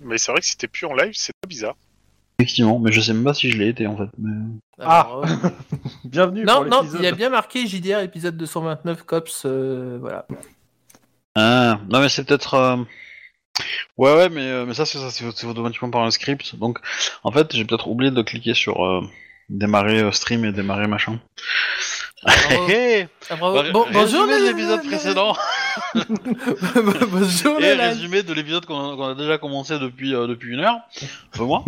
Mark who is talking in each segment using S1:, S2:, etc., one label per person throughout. S1: Mais c'est vrai que si t'es plus en live, c'est pas bizarre.
S2: Effectivement, mais je sais même pas si je l'ai été en fait. mais-
S3: Alors, euh,
S4: Ah. Bienvenue
S3: non,
S4: pour
S3: non,
S4: l'épisode.
S3: il y a bien marqué JDR épisode 229 Cops, euh, voilà.
S2: Eh, Ah, non mais c'est peut-être. euh, Ouais ouais mais, euh, mais ça c'est ça c'est c'est automatiquement par un script donc en fait j'ai peut-être oublié de cliquer sur euh, démarrer euh, stream et démarrer machin.
S3: Bravo.
S2: Hé hé
S3: Ah, bravo. Bon,
S2: eh, Résumé
S3: bonjour
S2: de
S3: les-
S2: l'épisode
S3: les-
S2: précédent
S3: bonjour
S2: et
S3: les lives.
S2: résumé de l'épisode qu'on a, qu'on a déjà commencé depuis euh, depuis une heure. Un peu moins.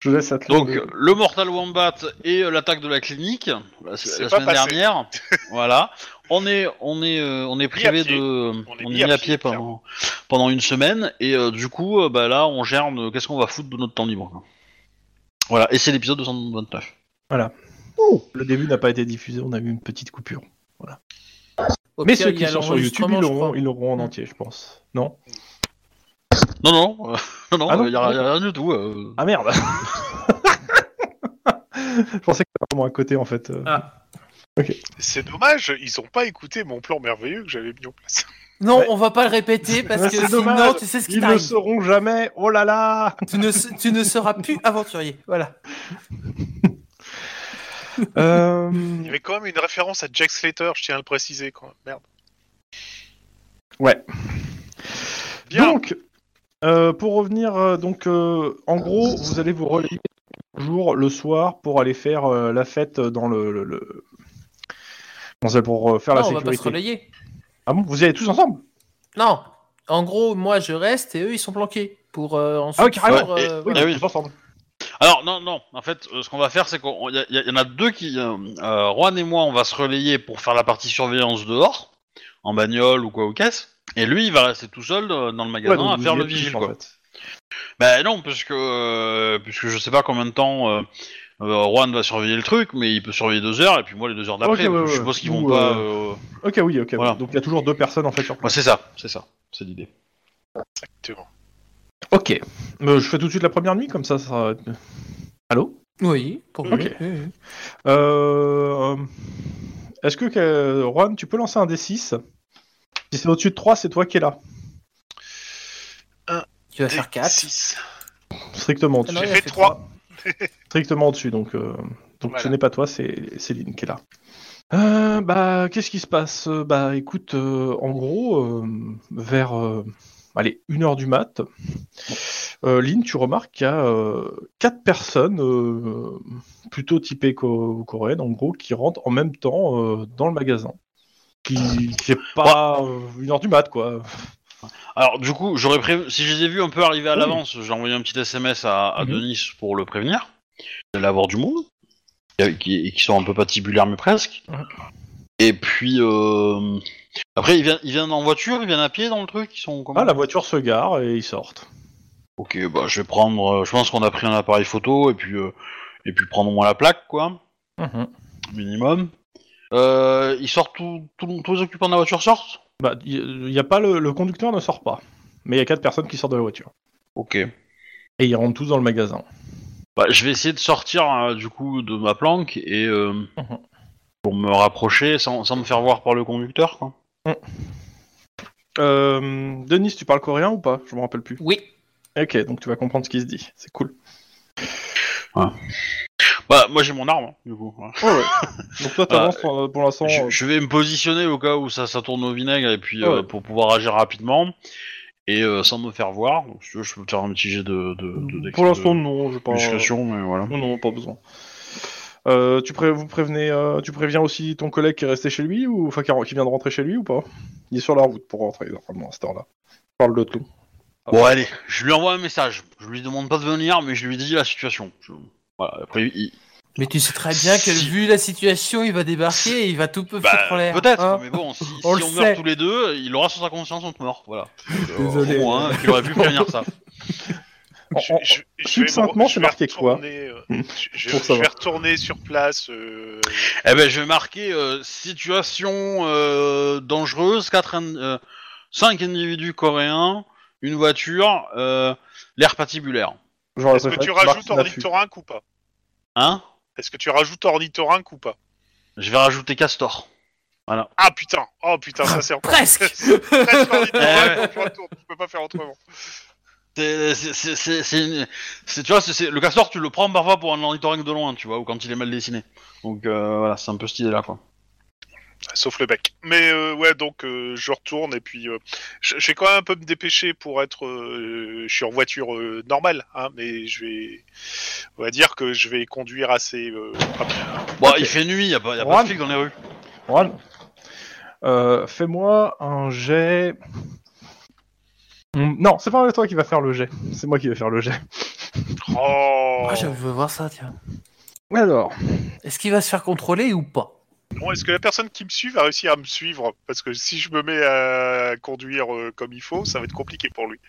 S4: Je laisse ça te
S2: Donc
S4: lever.
S2: euh, le Mortal Wombat et euh, l'attaque de la clinique la, la
S1: C'est
S2: semaine
S1: pas passé.
S2: dernière. voilà. On est on est euh, on est privé
S1: à pied.
S2: de
S1: On est
S2: on est mis à pied pendant pendant une semaine et euh, du coup euh, bah là on gerne euh, qu'est-ce qu'on va foutre de notre temps libre. quoi. Voilà et c'est l'épisode 229.
S4: le début n'a pas été diffusé, on a eu une petite coupure.
S3: Au
S4: Mais
S3: pire,
S4: ceux
S3: il
S4: qui
S3: y a
S4: sont sur
S3: l'enregistrement,
S4: YouTube, ils
S3: je
S4: l'auront
S3: crois.
S4: ils l'auront en
S3: Mm.
S4: entier, je pense. Non
S2: Non non euh, non non
S4: Ah non,
S2: il y, a y a rien du tout. euh.
S4: Ah merde Je pensais que c'était vraiment à côté en fait. euh.
S3: Ah.
S1: C'est dommage, ils ont pas écouté mon plan merveilleux que j'avais mis en place.
S3: Non,
S4: Ouais.
S3: on va pas le répéter parce
S4: Ouais,
S3: que
S4: c'est
S3: sinon,
S4: dommage.
S3: tu sais ce qui
S4: Ils ne
S3: t'arrive.
S4: sauront jamais Oh là là
S3: Tu ne, se- tu ne seras plus aventurier. Voilà.
S4: Euh,
S1: Il y avait quand même une référence à Jack Slater, je tiens à le préciser quand même. Merde.
S4: Ouais.
S1: Bien.
S4: Donc, euh, pour revenir, euh, donc, euh, en gros, vous allez vous relayer le jour, le soir, pour aller faire euh, la fête dans le. le, le- Comment ça s'appelle, pour euh, faire
S3: Non,
S4: la
S3: on va pas se
S4: sécurité.
S3: relayer.
S4: ah bon, vous y allez tous ensemble
S3: Non. En gros, moi, je reste et eux, ils sont planqués. Pour euh, ensuite.
S4: Ah oui, carrément.
S3: faire, euh,
S2: Ouais, et-
S3: voilà.
S2: Ah oui.
S4: tous ensemble.
S2: Alors non non en fait euh, ce qu'on va faire c'est qu'on il y, a- y en a deux qui euh, euh, Juan et moi on va se relayer pour faire la partie surveillance dehors en bagnole ou quoi aux caisses. Et lui, il va rester tout seul euh, dans le
S4: Ouais,
S2: magasin
S4: donc
S2: à
S4: vous
S2: faire
S4: y
S2: le
S4: êtes tous,
S2: vigile,
S4: en
S2: quoi.
S4: fait.
S2: Bah non, parce que, euh, puisque je sais pas combien de temps euh, euh, Juan va surveiller le truc, mais il peut surveiller deux heures et puis moi les deux heures d'après.
S4: Ok, ouais,
S2: donc
S4: ouais.
S2: je suppose qu'ils vont
S4: Ou,
S2: pas. euh,
S4: Ok, oui, ok.
S2: Voilà.
S4: Donc il y a toujours deux personnes en fait sur
S2: ouais,
S4: place.
S2: c'est ça, c'est ça, c'est l'idée.
S1: Exactement.
S4: Ok. Euh, je fais tout de suite la première nuit, comme ça, ça. va être- Allô
S3: Oui, pour
S4: Ok.
S3: oui, oui, oui.
S4: euh... Est-ce que, euh, Juan, tu peux lancer un D6 Si c'est au-dessus de 3, c'est toi qui es là.
S3: Tu vas faire 4.
S1: 6.
S4: Strictement
S3: Ah
S4: au-dessus.
S3: non, il a
S1: fait
S3: fait
S1: trois.
S4: Strictement au-dessus, donc. euh, Donc
S1: Voilà.
S4: ce n'est pas toi, c'est Céline qui est là. Euh, bah, qu'est-ce qui se passe Euh, Bah, écoute, euh, en gros, euh, vers euh, allez, 1h du mat, euh, Lynn, tu remarques qu'il y a euh, quatre personnes euh, plutôt typées co- coréennes, en gros, qui rentrent en même temps euh, dans le magasin. Qui qui est pas 1h du mat, quoi.
S2: Alors du coup, j'aurais prévu, si je les ai vus un peu arriver à
S4: Oui.
S2: l'avance, j'ai envoyé un petit SMS à, à
S4: Mhm.
S2: Denis pour le prévenir, d'aller avoir du monde, et qui, et qui sont un peu patibulaires mais presque.
S4: Mhm.
S2: Et puis euh, après, ils viennent, ils viennent en voiture, ils viennent à pied dans le truc, ils sont comment
S4: Ah, la voiture se gare et ils sortent.
S2: Ok, bah je vais prendre. euh, je pense qu'on a pris un appareil photo et puis euh, et puis prendre au moins la plaque, quoi, minimum. Euh, ils sortent tout, tout- tous les occupants de la voiture sortent.
S4: Bah, il n'y a pas le, le conducteur ne sort pas, mais il y a quatre personnes qui sortent de la voiture.
S2: Ok.
S4: Et ils rentrent tous dans le magasin.
S2: Bah, je vais essayer de sortir euh, du coup de ma planque et euh,
S4: Mhm.
S2: pour me rapprocher sans, sans me faire voir par le conducteur, quoi.
S4: Euh, Denis, tu parles coréen ou pas Je me rappelle plus.
S3: Oui.
S4: Ok, donc tu vas comprendre ce qui se dit. C'est cool.
S2: Bah, moi j'ai mon arme, hein, du coup. voilà.
S4: Donc toi, t'avances
S1: Ah,
S4: euh, pour l'instant.
S2: Je,
S4: euh,
S2: je vais me positionner au cas où ça, ça tourne au vinaigre et puis euh,
S4: Ouais.
S2: pour pouvoir agir rapidement et euh, sans me faire voir. Donc, si tu veux, je peux te faire un petit jet de, de, de
S4: Pour l'instant,
S2: de
S4: non, je pense.
S2: musculation, mais voilà.
S4: Non, non, pas besoin. Euh, tu, pré- vous prévenez, euh, tu préviens aussi ton collègue qui est resté chez lui ou enfin qui, qui vient de rentrer chez lui ou pas Il est sur la route pour rentrer normalement à cette heure-là. Je parle de tout. Ah.
S2: Bon, allez, je lui envoie un message. Je lui demande pas de venir, mais je lui dis la situation. Je- Voilà, après, il...
S3: Mais tu sais très bien que
S2: Si.
S3: vu la situation, il va débarquer et il va tout peu
S2: Bah,
S3: foutre en l'air.
S2: peut-être,
S3: hein.
S2: mais bon, si si
S3: On
S2: on,
S3: le sait.
S2: meurt tous les deux, il aura sur sa conscience notre mort. Voilà. Euh,
S4: Désolé.
S2: au moins, il aurait pu prévenir ça.
S4: En- en- succinctement, c'est marqué quoi
S1: euh, je,
S4: Pour
S1: je
S4: savoir.
S1: vais retourner sur place. euh,
S2: Eh ben, je vais marquer euh, situation euh, dangereuse, 5 individus coréens, une voiture, euh, l'air patibulaire.
S4: Genre,
S1: Est-ce que
S4: la
S1: tu
S4: préfète Marthe
S1: rajoutes
S4: Nafu.
S1: ornithorynque ou pas
S2: Hein
S1: Est-ce que tu rajoutes ornithorynque ou pas
S2: Je vais rajouter castor.
S1: Ah putain Oh putain, ça c'est encore.
S3: Presque
S1: Presque ornithorynque,
S2: Ouais, ouais.
S1: je retourne, je peux pas faire autrement.
S2: C'est, c'est- c'est- c'est- c'est une- c'est- tu vois, c'est- c'est- le castor, tu le prends parfois pour un ornithorynque de loin, tu vois, ou quand il est mal dessiné. Donc euh, voilà, c'est un peu cette idée-là, quoi.
S1: Sauf le bec. Mais euh, ouais, donc euh, je retourne et puis euh, je, je vais quand même un peu me dépêcher pour être. euh, je suis en voiture euh, normale, hein, mais je vais. On va dire que je vais conduire assez. euh, rapide.
S2: Bon,
S4: Ok.
S2: il fait nuit, y a pas, y a pas
S4: Juan.
S2: de flics dans les rues.
S4: Juan, euh, fais-moi un jet. Hmm, Non, c'est pas toi qui va faire le jet. C'est moi qui vais faire le jet.
S1: oh
S3: Ah, je veux voir ça, tiens.
S4: Alors,
S3: Est-ce qu'il va se faire contrôler ou pas
S1: Bon, est-ce que la personne qui me suit va réussir à me suivre Parce que si je me mets à conduire euh, comme il faut, ça va être compliqué pour lui.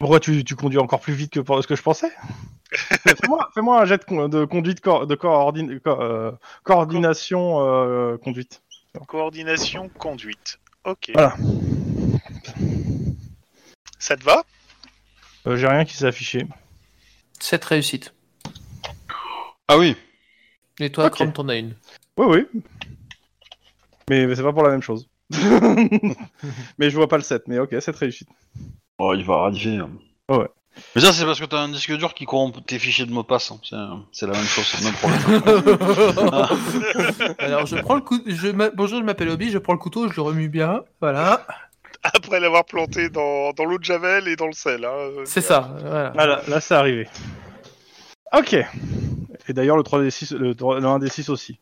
S4: pourquoi tu, tu conduis encore plus vite que pour- ce que je pensais Fais-moi fais-moi un jet de, con- de conduite, cor- de coordin- co- euh, coordination euh, conduite.
S1: Coordination, conduite. Ok.
S4: Voilà.
S1: Ça te va
S4: Euh, J'ai rien qui s'est affiché.
S3: Cette réussite.
S2: Ah oui.
S3: Et toi,
S4: Ok.
S3: Chrome, t'en as une.
S4: Oui, oui. Mais, mais c'est pas pour la même chose. mais je vois pas le 7, mais ok, 7 réussite.
S2: Oh, il va radifier.
S4: Oh, ouais.
S2: Mais ça, c'est parce que t'as un disque dur qui corrompt tes fichiers de mots de passe. hein. C'est, c'est la même chose, c'est le même problème.
S3: Alors, je prends le couteau. Je m'a- Bonjour, je m'appelle Obi. Je prends le couteau, je le remue bien. Voilà.
S1: Après l'avoir planté dans, dans l'eau de Javel et dans le sel. Hein.
S3: C'est ça. Voilà.
S4: Ah là, là c'est arrivé. Ok. Et d'ailleurs, le 3D6, le 3 le 1D6 aussi.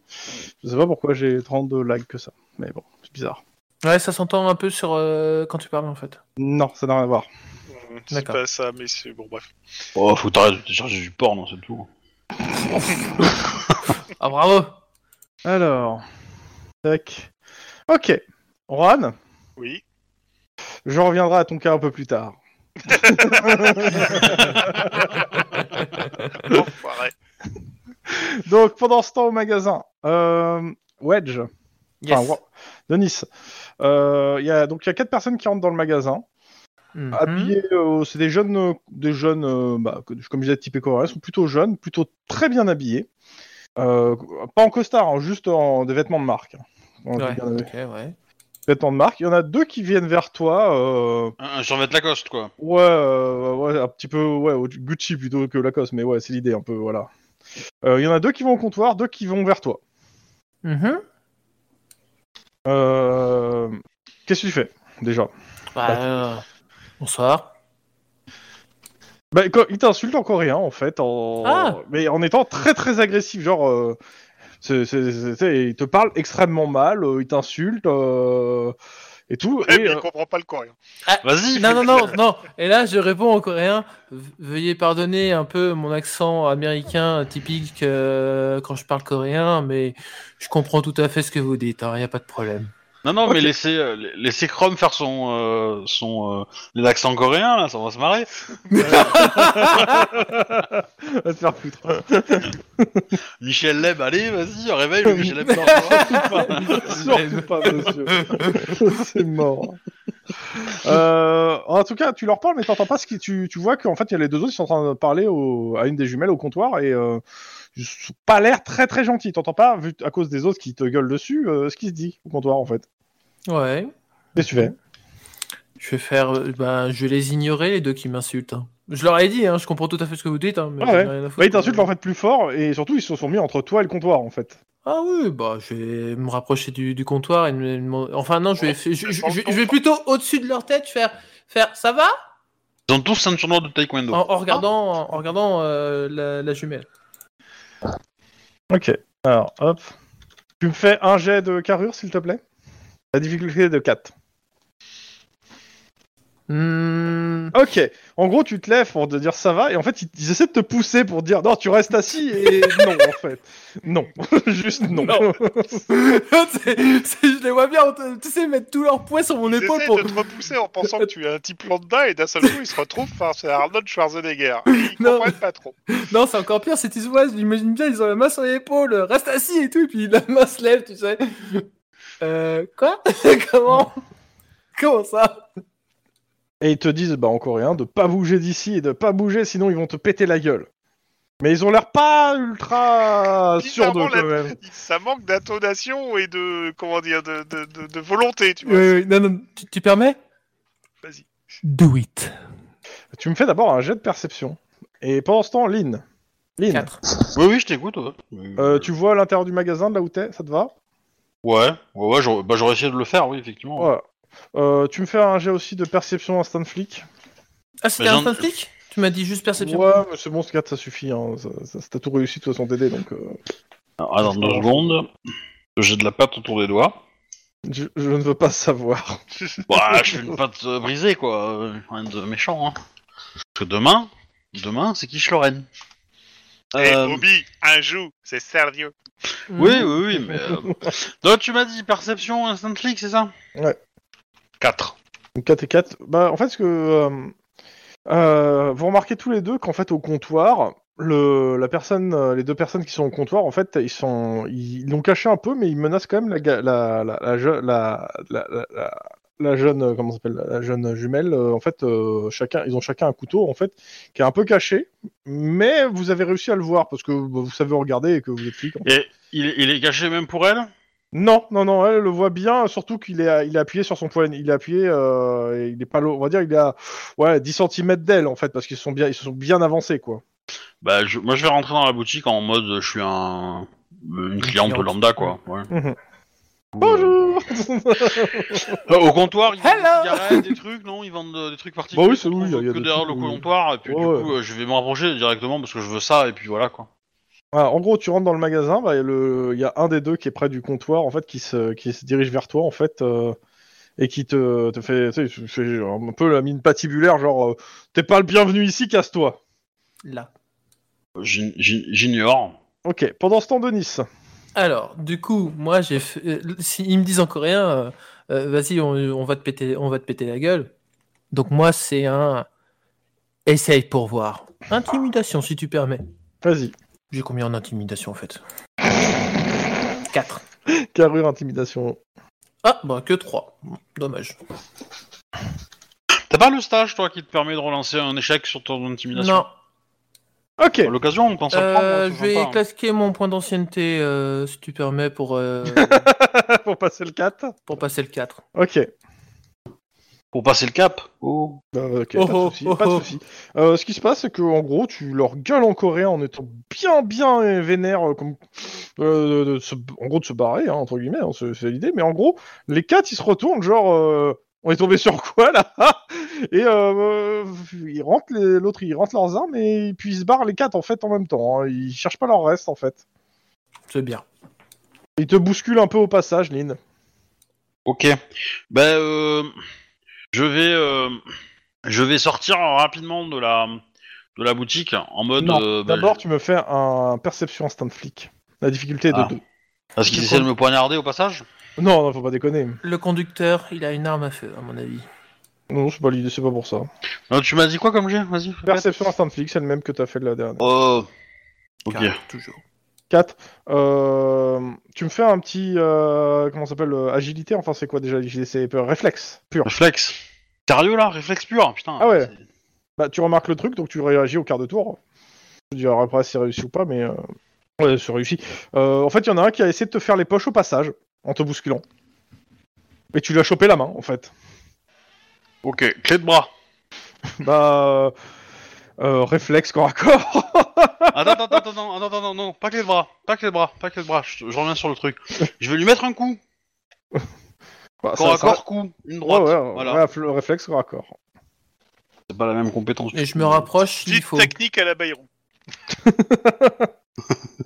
S4: Je sais pas pourquoi j'ai 32 lags que ça. Mais bon, c'est bizarre.
S3: Ouais, ça s'entend un peu sur euh, quand tu parles, en fait.
S4: Non, ça n'a rien à voir.
S1: C'est
S3: D'accord.
S1: pas ça, mais c'est bon, bref.
S2: oh, faut que t'arrêtes de télécharger du porn, hein, c'est tout.
S3: Ah, bravo
S4: Alors. Tac. Ok. Juan,
S1: Oui.
S4: je reviendrai à ton cas un peu plus tard.
S1: Enfoiré.
S4: Donc, pendant ce temps au magasin, euh, Wedge.
S3: Yes.
S4: Enfin, Wa- de Nice. Euh, il y a, donc il y a quatre personnes qui rentrent dans le magasin,
S3: Mhm.
S4: habillées, euh, c'est des jeunes, euh, des jeunes, euh, bah, que- comme je disais, typés coréens, sont plutôt jeunes, plutôt très bien habillés, Euh, pas en costard, hein, juste en des vêtements de marque. En des
S3: Ouais,
S4: bien- des
S3: ok, ouais.
S4: vêtements de marque. Il y en a deux qui viennent vers toi, euh,
S2: Un, un survêt de Lacoste, quoi.
S4: ouais, euh, ouais, un petit peu, ouais, au- Gucci plutôt que Lacoste, mais ouais, c'est l'idée un peu, voilà. Euh, Il y en a deux qui vont au comptoir, deux qui vont vers toi.
S3: Mhm.
S4: Euh, Qu'est-ce que tu fais déjà
S3: Bah, euh, Bonsoir.
S4: Bah, quand- il t'insulte en coréen, en fait, en...
S3: Ah.
S4: mais en étant très très agressif, genre, euh, c'est- c'est- c'est- c'est- il te parle extrêmement mal, euh, il t'insulte euh, et tout.
S1: Eh,
S4: Et,
S1: mais
S4: euh,
S1: il comprend pas le coréen.
S2: Vas-y,
S3: Non, non, non, non. Et là, je réponds en coréen. Ve- Veuillez pardonner un peu mon accent américain typique euh, quand je parle coréen, mais je comprends tout à fait ce que vous dites. Il n'y a pas de problème.
S2: Non, non, mais
S4: Ok.
S2: laissez, euh, la- laissez Chrome faire son, euh, son, euh, les accents coréens, là, ça on va se marrer.
S4: va te faire foutre.
S2: Michel Leb, allez, vas-y, réveille le Michel Leb. sort, toi.
S4: Surtout pas, monsieur. c'est mort. Euh, en tout cas, tu leur parles, mais t'entends pas ce qui. Tu, tu vois qu'en fait, il y a les deux autres qui sont en train de parler au- à une des jumelles au comptoir et euh, ils ont pas l'air très très gentils. T'entends pas, vu à cause des autres qui te gueulent dessus, euh, ce qui se dit au comptoir en fait.
S3: Ouais.
S4: Qu'est-ce que tu fais
S3: Je vais faire. euh, Ben, je vais les ignorer, les deux qui m'insultent. hein. Je leur ai dit, hein, je comprends tout à fait ce que vous dites. Hein, mais
S4: Ah
S3: j'en ai
S4: ouais.
S3: rien à foutre.
S4: Bah, ils t'insultent en fait plus fort et surtout ils se sont mis entre toi et le comptoir en fait.
S3: Ah oui, bah, je vais me rapprocher du, du comptoir et me demander- Enfin, non, je vais, je, je- je- je vais plutôt au-dessus de leur tête faire. faire ça va
S2: Ils ont tous ceinture noire de taekwondo.
S3: en, en regardant, en regardant euh, la, la jumelle.
S4: Ok. Alors hop. Tu me fais un jet de carrure s'il te plaît. La difficulté est de 4.
S3: Hmm.
S4: Ok. En gros tu te lèves pour te dire ça va et en fait ils, ils essaient de te pousser pour te dire non tu restes assis et non en fait. Non. Juste non.
S3: Non. C'est- c'est- je les vois bien, on te- tu sais, mettre tout leur poids sur mon
S1: Ils
S3: épaule
S1: essaient
S3: pour.
S1: de te repousser en pensant que tu es un type lambda et d'un seul coup, ils se retrouvent face à Arnold Schwarzenegger. Ils
S3: Non.
S1: comprennent pas trop.
S3: Non, c'est encore pire, c'est ils se voient, j'imagine bien, ils ont la main sur l'épaule, reste assis et tout, et puis la main se lève, tu sais. Euh, quoi Comment Comment ça
S4: Et ils te disent bah en coréen de pas bouger d'ici et de pas bouger sinon ils vont te péter la gueule. Mais ils ont l'air pas ultra sûrs d'eux
S1: Bizarrement,
S4: quand
S1: la-
S4: même.
S1: Ça manque d'intonation et de comment dire de, de, de, de volonté, tu vois.
S3: Oui, oui, non, non, tu, tu permets
S1: Vas-y.
S3: Do it.
S4: Tu me fais d'abord un jet de perception. Et pendant ce temps, Lynn. Lynn,
S3: 4.
S2: Oui, oui, je t'écoute. Ouais.
S4: euh, tu vois à l'intérieur du magasin de là où t'es, ça te va
S2: Ouais, ouais, ouais, j'aurais bah, j'aurais essayé de le faire, oui, effectivement.
S4: Ouais. Euh, tu me fais un jet aussi de perception instant flic
S3: Ah, c'était
S2: Mais j'en-
S3: un instant flic Tu m'as dit juste perception.
S4: Ouais, mais c'est bon, ce 4 ça suffit. Hein. Ça, ça- ça- T'as tout réussi de toute façon t'aider, donc euh,
S2: Alors, attends deux secondes. J'ai de la pâte autour des doigts.
S4: je, je ne veux pas savoir.
S2: Bah, je fais une pâte euh, brisée, quoi. euh, Rien de méchant, hein. Parce que demain, demain, c'est quiche Lorraine.
S1: Et
S2: Euh,
S1: Obi, un jour, c'est sérieux.
S3: Mm.
S2: Oui, oui, oui, mais. euh, Donc, tu m'as dit perception instant click, c'est ça
S4: Ouais.
S2: 4.
S4: Donc 4 et 4. Bah, en fait, ce que. euh, euh, vous remarquez tous les deux qu'en fait, au comptoir, le, la personne, euh, les deux personnes qui sont au comptoir, en fait, ils sont, ils ils l'ont caché un peu, mais ils menacent quand même la, ga- la, la, la, je- la, la, la- la- la jeune, euh, comment ça s'appelle, la jeune jumelle. euh, en fait, euh, chacun, ils ont chacun un couteau, en fait, qui est un peu caché, mais vous avez réussi à le voir parce que bah, vous savez regarder et que vous êtes flic. en fait.
S2: Et il, est- il est caché même pour elle
S4: Non, non, non, elle le voit bien, surtout qu'il est, il est appuyé sur son poignet, il est appuyé, euh, et il est pas lourd, on va dire, il est à ouais, 10 cm d'elle en fait, parce qu'ils sont bien, ils se sont bien avancés quoi.
S2: Bah, je- moi, je vais rentrer dans la boutique en mode euh, je suis un. Une cliente
S3: cliente.
S2: lambda, quoi. Ouais.
S4: Mhm.
S2: Euh,
S4: Bonjour
S2: au comptoir, ils vendent
S3: Hello
S2: des cigarettes, des trucs, non Ils vendent euh, des trucs particuliers.
S4: Bah oui, c'est- oui,
S2: qu'on
S4: il y a-
S2: trouve
S4: il y a
S2: que
S4: des
S2: derrière
S4: trucs,
S2: le
S4: oui.
S2: comptoir, et puis du
S4: Ouais,
S2: coup, euh, je vais me rapprocher directement parce que je veux ça, et puis voilà, quoi.
S4: Ah, En gros, tu rentres dans le magasin, bah, le- il y a un des deux qui est près du comptoir en fait, qui se, qui se dirige vers toi en fait, euh, et qui te, te fait, tu sais, fait un peu la mine patibulaire, genre euh, t'es pas le bienvenu ici, casse-toi.
S3: Là.
S2: J'ign- j'ign- Euh, J'ignore.
S4: Ok, pendant ce temps, Denis.
S3: Alors, du coup, moi, j'ai. fait- euh, Si ils me disent en coréen, euh, euh, vas-y, on, on va te péter, on va te péter la gueule. Donc moi, c'est un. Essaye pour voir. Intimidation, si tu permets.
S4: Vas-y,
S3: J'ai combien en intimidation en fait 4.
S4: carrure intimidation.
S3: Ah, bah que 3. Dommage.
S2: T'as pas le stage, toi, qui te permet de relancer un échec sur ton intimidation
S3: Non,
S4: Ok,
S2: À l'occasion, on pense à le prendre.
S3: euh,
S2: c'est
S3: je vais
S2: sympa, hein.
S3: clasquer mon point d'ancienneté, euh, si tu permets, pour, euh,
S4: pour passer le 4.
S3: pour passer le 4.
S4: Ok.
S2: Pour passer le cap.
S4: Euh, ok,
S3: Oh
S4: pas de
S3: oh,
S4: souci,
S3: oh
S4: pas de
S3: oh.
S4: souci. Euh, ce qui se passe, c'est que en gros, tu leur gueules en coréen en étant bien, bien euh, vénère, euh, comme euh, de- de se- en gros de se barrer, hein, entre guillemets, hein, c'est c'est l'idée. Mais en gros, les quatre, ils se retournent, genre, euh, on est tombé sur quoi là Et euh, euh, ils rentrent les- l'autre, ils rentrent leurs armes et puis ils se barrent les quatre en fait en même temps. hein. Ils cherchent pas leur reste en fait.
S3: C'est bien.
S4: Ils te bousculent un peu au passage, Lynn.
S2: Ok. Ben, euh, je vais, euh, je vais sortir rapidement de la, de la boutique en mode.
S4: Non,
S2: euh, ben,
S4: D'abord, tu me fais un perception instant flic. La difficulté est de
S2: Ah.
S4: deux.
S2: je- parce qu'il essaie de me poignarder au passage.
S4: Non, non, faut pas déconner.
S3: Le conducteur, il a une arme à feu, à mon avis.
S4: Non, c'est pas l'idée, c'est pas pour ça.
S2: Non, Euh, tu m'as dit quoi comme jet Vas-y. répète.
S4: Perception instant flic, c'est le même que t'as fait de la dernière.
S2: Euh, ok.
S3: Car, toujours.
S4: 4. Euh, tu me fais un petit. euh, comment ça s'appelle euh, Agilité Enfin, c'est quoi déjà l'agilité C'est euh, réflexe pur.
S2: Réflexe. Sérieux là Réflexe pur, putain.
S4: Ah ouais.
S2: c'est-
S4: Bah, tu remarques le truc, donc tu réagis au quart de tour. Je te dirai après si c'est réussi ou pas, mais. euh, Ouais, c'est réussi. Euh, en fait, il y en a un qui a essayé de te faire les poches au passage, en te bousculant. Mais tu lui as chopé la main, en fait.
S2: Ok, clé de bras.
S4: bah. euh, euh, réflexe corps à corps
S2: Attends, attends, attends, attends, attends, attends, non, pas clé de bras, pas clé de bras, pas clé de bras, je, je reviens sur le truc. Je vais lui mettre un coup,
S4: Bah,
S2: corps
S4: ça-
S2: à
S4: ça-
S2: corps, coup, une droite.
S4: Ouais, ouais,
S2: voilà.
S4: ouais, le réflexe corps à corps.
S2: C'est pas la même compétence.
S3: Et je me rapproche, il
S1: Petite
S3: faut.
S1: technique à la Bayrou.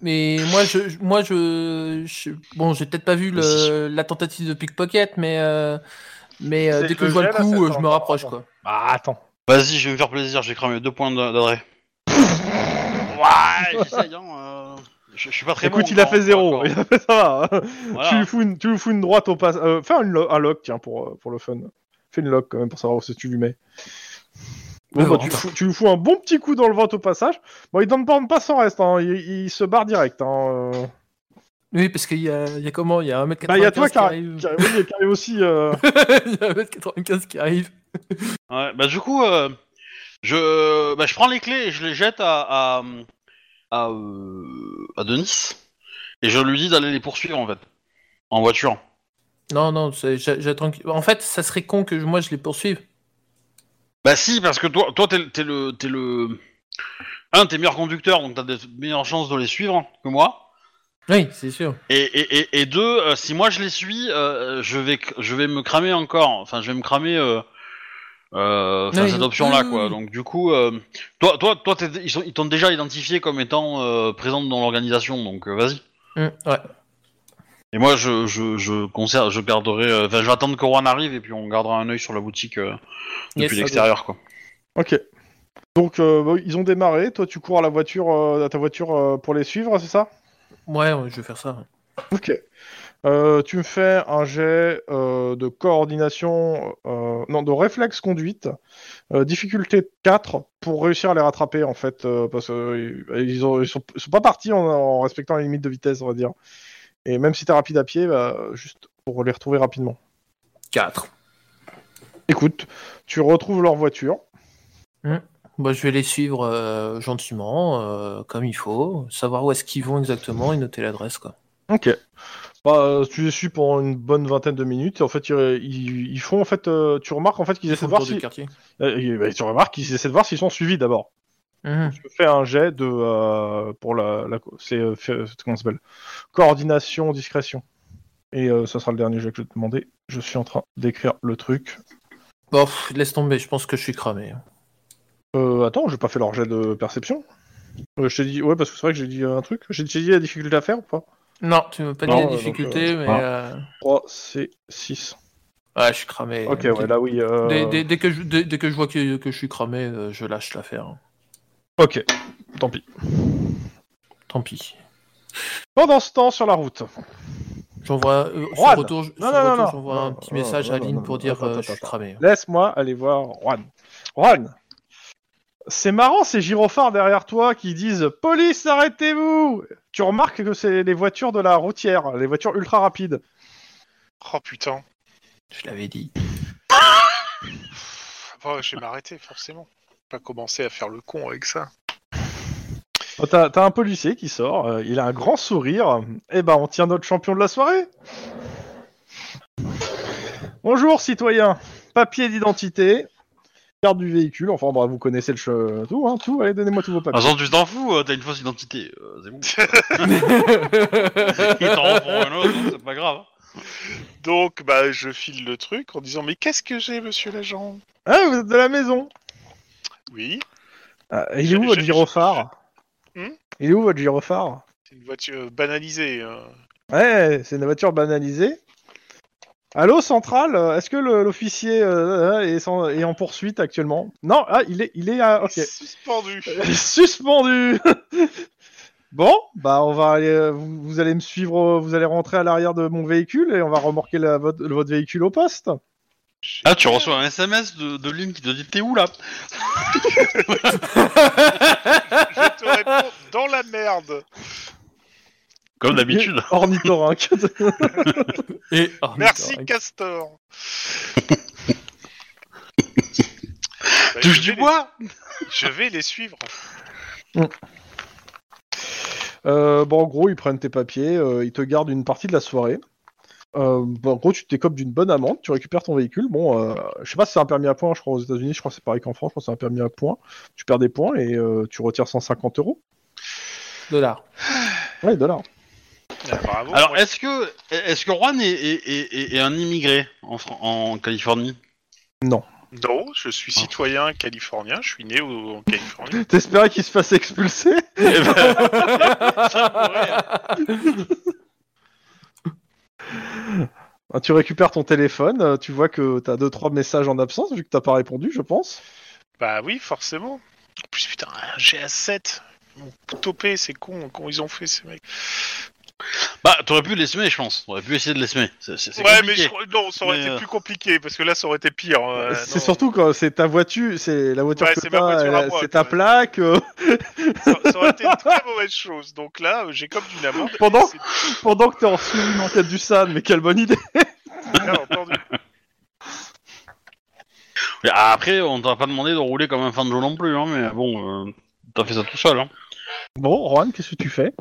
S3: Mais moi, je, je- moi, je, je- bon, j'ai peut-être pas vu le, la tentative de pickpocket, mais, euh, mais euh,
S4: C'est
S3: dès que
S4: le
S3: je vois le
S4: gel, là,
S3: coup,
S4: c'est
S3: euh, je me
S4: encore-
S3: rapproche, quoi.
S4: Bah, attends.
S2: Vas-y, je vais me faire plaisir, j'ai cramé deux points d'a- d'adresse. ouais, j'essaye, hein. euh, je, je suis pas très bon.
S4: Écoute, il a
S2: encore,
S4: fait zéro.
S2: encore.
S4: Il a fait ça. va.
S2: Voilà.
S4: Tu, lui fous une, tu lui fous une droite au pass. euh, fais un, lo- un lock, tiens, pour, euh, pour le fun. Fais une lock quand même pour savoir où c'est que tu lui mets. Bon,
S3: Le
S4: bah, tu,
S3: ventre.
S4: fous- tu lui fous un bon petit coup dans le ventre au passage. Bon, il donne pas, pas sans reste. hein. Il, il se barre direct. Hein. euh.
S3: Oui, parce qu'il y a, il y a comment Il y a 1m95
S4: Bah, il y a toi qui
S3: qui
S4: arrive.
S3: arrive.
S4: qui arrive- oui, qui arrive aussi. euh,
S3: Il y a 1m95 qui arrive.
S2: Ouais, bah du coup, euh, je, bah, je prends les clés et je les jette à, à, à, euh, à Denis. Et je lui dis d'aller les poursuivre, en fait. En voiture.
S3: Non, non, c'est- j'a- j'attends. que- En fait, ça serait con que je- moi je les poursuive.
S2: Bah si, parce que toi, toi, t'es t'es le, t'es le, un, t'es meilleur conducteur, donc t'as des meilleures chances de les suivre que moi.
S3: Oui, c'est sûr.
S2: Et, et, et, et deux, euh, si moi je les suis, euh, je vais, je vais me cramer encore. Enfin, je vais me cramer. Euh, euh, enfin,
S3: Oui. Mm.
S2: cette option-là,
S3: Oui,
S2: quoi.
S3: oui.
S2: Donc, du coup, euh, toi, toi, toi, t'es- ils sont- ils t'ont déjà identifié comme étant euh, présente dans l'organisation, donc euh, vas-y.
S3: Hum, ouais.
S2: Et moi, je, je, je conserve, je garderai. euh, Enfin, je vais attendre que Juan arrive et puis on gardera un œil sur la boutique euh,
S3: Yes.
S2: depuis l'extérieur, quoi.
S4: Ok. Donc euh, bon, ils ont démarré. Toi, tu cours à la voiture, euh, à ta voiture euh, pour les suivre, c'est ça
S3: Ouais, ouais, je vais faire ça.
S4: Ok. Euh, tu me fais un jet euh, de coordination, euh, non, de réflexe conduite, euh, difficulté 4 pour réussir à les rattraper en fait, euh, parce qu'ils ont, ils sont, ils sont pas partis en, en respectant les limites de vitesse, on va dire. Et même si t'es rapide à pied, bah, juste pour les retrouver rapidement.
S3: 4.
S4: Écoute, tu retrouves leur voiture.
S3: Bah, je vais les suivre euh, gentiment, euh, comme il faut, savoir où est-ce qu'ils vont exactement et noter l'adresse, quoi.
S4: Ok. Bah, euh, tu les suis pendant une bonne vingtaine de minutes. et En fait, ils, ils- ils font en fait, euh, tu remarques en fait qu'ils
S3: Ils font
S4: essaient de
S3: le
S4: voir
S3: tour du
S4: si,
S3: quartier.
S4: euh, et, bah, tu remarques qu'ils essaient de voir s'ils sont suivis d'abord.
S3: Hum.
S4: Je fais un jet de euh, pour la, la- c'est euh, fait- euh, comment ça s'appelle coordination discrétion et euh, ça sera le dernier jet que je vais te demander. Je suis en train d'écrire le truc.
S3: Bon, pff, laisse tomber, je pense que je suis cramé. hein.
S4: Euh, attends, j'ai pas fait leur jet de perception. Euh, je t'ai dit ouais parce que c'est vrai que j'ai dit euh, un truc. J'ai j'ai dit la difficulté à faire ou pas
S3: Non, tu m'as pas dit
S4: Non,
S3: la
S4: euh, donc,
S3: difficulté, mais...
S2: ah.
S3: euh,
S4: 3, c'est 6.
S3: Ouais, je suis cramé.
S4: Ok
S3: Dès-
S4: ouais là oui. euh,
S3: Dès, dès- dès que je, dès, dès que je vois que, que je suis cramé, euh, je lâche l'affaire.
S4: Ok. Tant pis.
S3: Tant pis.
S4: Pendant ce temps sur la route.
S3: J'envoie euh, sur
S4: Juan
S3: retour, je-
S4: Non,
S3: sur
S4: non, non,
S3: retour,
S4: non.
S3: j'envoie un
S4: Non,
S3: petit
S4: non,
S3: message à
S4: non,
S3: Lynn
S4: non,
S3: pour
S4: non,
S3: dire
S4: attends,
S3: euh, je
S4: attends,
S3: suis cramé.
S4: Laisse-moi aller voir Juan. Juan C'est marrant ces gyrophares derrière toi qui disent Police, arrêtez-vous Tu remarques que c'est les voitures de la routière, les voitures ultra rapides.
S1: Oh putain.
S3: Je l'avais dit.
S1: Bon, Oh, je vais m'arrêter, forcément. Pas commencer à faire le con avec ça.
S4: Oh, T'as t'as un policier qui sort, euh, il a un grand sourire. Eh ben, on tient notre champion de la soirée Bonjour, citoyen Papier d'identité, carte du véhicule, enfin, bah, vous connaissez le che- tout, hein, tout, allez, donnez-moi tous vos
S2: Ah,
S4: papiers.
S2: sans, tu t'en fous, euh, t'as une fausse identité. euh, c'est bon. Ils t'en reprend un autre, hein, c'est pas grave.
S1: Donc, bah, je file le truc en disant Mais qu'est-ce que j'ai, monsieur l'agent
S4: Ah, vous êtes de la maison
S1: Oui,
S4: Ah, Il est où
S1: Je-
S4: votre
S1: je-
S4: gyrophare
S1: Hmm
S4: Il est où votre gyrophare
S1: c'est une voiture banalisée. euh.
S4: Ouais, c'est une voiture banalisée. Allô, Central, euh, est-ce que le- l'officier euh, euh, est, sans- est en poursuite actuellement Non, ah, il est, il est, à- ok.
S1: Suspendu.
S4: suspendu. bon, bah on va aller, euh, vous, vous allez me suivre, euh, vous allez rentrer à l'arrière de mon véhicule et on va remorquer la- votre, votre véhicule au poste.
S2: Ah, tu reçois un SMS de, de Lynn qui te dit T'es où là
S1: Je te réponds dans la merde.
S2: Comme d'habitude.
S4: Ornithorynque.
S3: Et- oh,
S1: Merci,
S3: putain,
S1: Castor. Bah,
S2: Touche
S1: je
S2: du
S1: vais
S2: bois
S1: les- Je vais les suivre.
S4: Euh, bon, en gros, ils prennent tes papiers, euh, ils te gardent une partie de la soirée. Euh, bon, en gros, tu t'écopes d'une bonne amende, tu récupères ton véhicule. Bon, euh, je sais pas si c'est un permis à points, je crois aux États-Unis, je crois que c'est pareil qu'en France, je crois que c'est un permis à points. Tu perds des points et euh, tu retires 150 euros.
S3: Dollar.
S4: Ouais, dollars.
S1: Ah, bravo.
S2: Alors,
S1: moi,
S2: est-ce que, est-ce que Juan est, est- est- est- est un immigré en, Fran- en Californie
S1: Non, je suis citoyen californien, je suis né au- en Californie.
S4: T'espérais qu'il se fasse expulser
S2: Eh ben,
S4: Ah, Tu récupères ton téléphone, euh, tu vois que t'as 2-3 messages en absence vu que t'as pas répondu, je pense.
S1: Bah oui, forcément. En plus, putain, un GA7. Ils m'ont topé, c'est con, comment ils ont fait ces mecs.
S2: Bah, t'aurais pu les semer, je pense. T'aurais pu essayer de les semer. C'est, c'est- c'est
S1: Ouais, mais
S2: compliqué.
S1: je... crois- non, ça aurait
S2: Mais,
S1: été
S2: euh,
S1: plus compliqué, parce que là, ça aurait été pire. euh,
S4: c'est
S1: non.
S4: surtout quand c'est ta voiture, c'est la voiture
S1: Ouais,
S4: que
S1: c'est ma
S4: t'as,
S1: voiture à
S4: elle-
S1: moi,
S4: c'est ta
S1: quoi.
S4: plaque. euh,
S1: Ça, ça aurait été une très mauvaise chose. Donc là, euh, j'ai comme d'une amende.
S4: Pendant-
S1: C'est-
S4: pendant que t'es en suivi une enquête du SAD, mais quelle bonne idée
S1: Bien entendu.
S2: Mais Après, on t'a pas demandé de rouler comme un fan de jeu non plus, hein, mais bon, euh, t'as fait ça tout seul. Hein.
S4: Bon, Juan, qu'est-ce que tu fais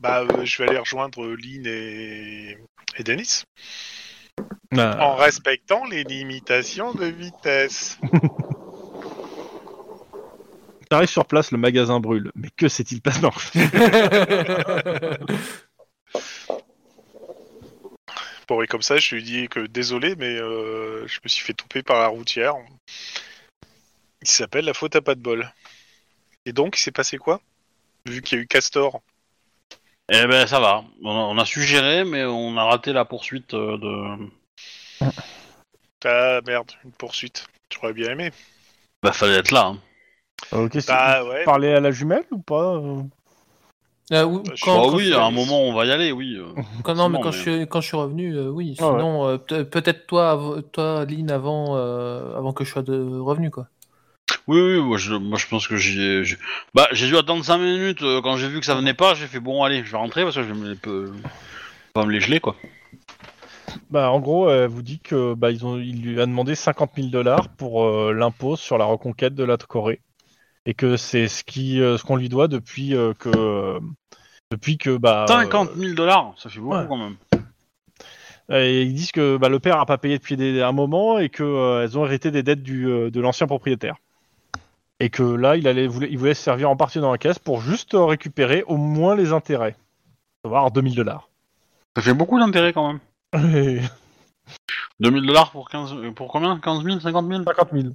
S1: Bah, euh, je vais aller rejoindre Lynn et, et Denis.
S4: Bah,
S2: Ah.
S1: En respectant les limitations de vitesse.
S4: T'arrives sur place, le magasin brûle. Mais que s'est-il passé Non.
S1: Bon, et comme ça, je lui dis que désolé, mais euh, je me suis fait tomber par la routière. Il s'appelle La faute à pas de bol. Et donc, il s'est passé quoi Vu qu'il y a eu Castor.
S2: Eh ben ça va. On a, on a suggéré, mais on a raté la poursuite euh, de.
S1: Ah merde, une poursuite. J'aurais bien aimé.
S2: Bah fallait être là. hein.
S4: Euh, qu'est-ce
S1: Bah ouais.
S4: Parler à la jumelle ou pas euh
S3: Ah, ou-
S1: Bah, je-
S2: Bah
S1: Quand-
S2: oui, à un moment on va y aller, oui. euh.
S3: Quand, non, mais
S2: Non,
S3: quand,
S2: mais-
S3: Je, suis- quand je suis revenu, euh, oui.
S4: Ah ouais.
S3: Sinon, euh, peut- peut-être toi, av- toi, Lynn, avant, euh, avant que je sois de revenu, quoi.
S2: Oui, oui, moi je, moi, je pense que j'y ai. j'ai- Bah, j'ai dû attendre 5 minutes. euh, Quand j'ai vu que ça venait pas, j'ai fait bon, allez, je vais rentrer parce que je vais me les peu- pas me les geler quoi.
S4: Bah, en gros, elle vous dit que bah, ils ont, il lui a demandé 50 000 dollars pour euh, l'impôt sur la reconquête de la Corée, et que c'est ce qui, euh, ce qu'on lui doit depuis euh, que, euh, depuis que bah.
S2: 50 000 dollars, ça fait beaucoup
S4: Ouais.
S2: quand même.
S4: euh, et ils disent que bah, le père a pas payé depuis des- un moment et que euh, elles ont hérité des dettes du, euh, de l'ancien propriétaire, et que là, il allait, voulait, il voulait se servir en partie dans la caisse pour juste euh, récupérer au moins les intérêts, savoir 2000 dollars.
S2: Ça fait beaucoup d'intérêt quand même. 2000 dollars pour 15, euh, pour combien 15 000, 50 000,
S4: 50 000.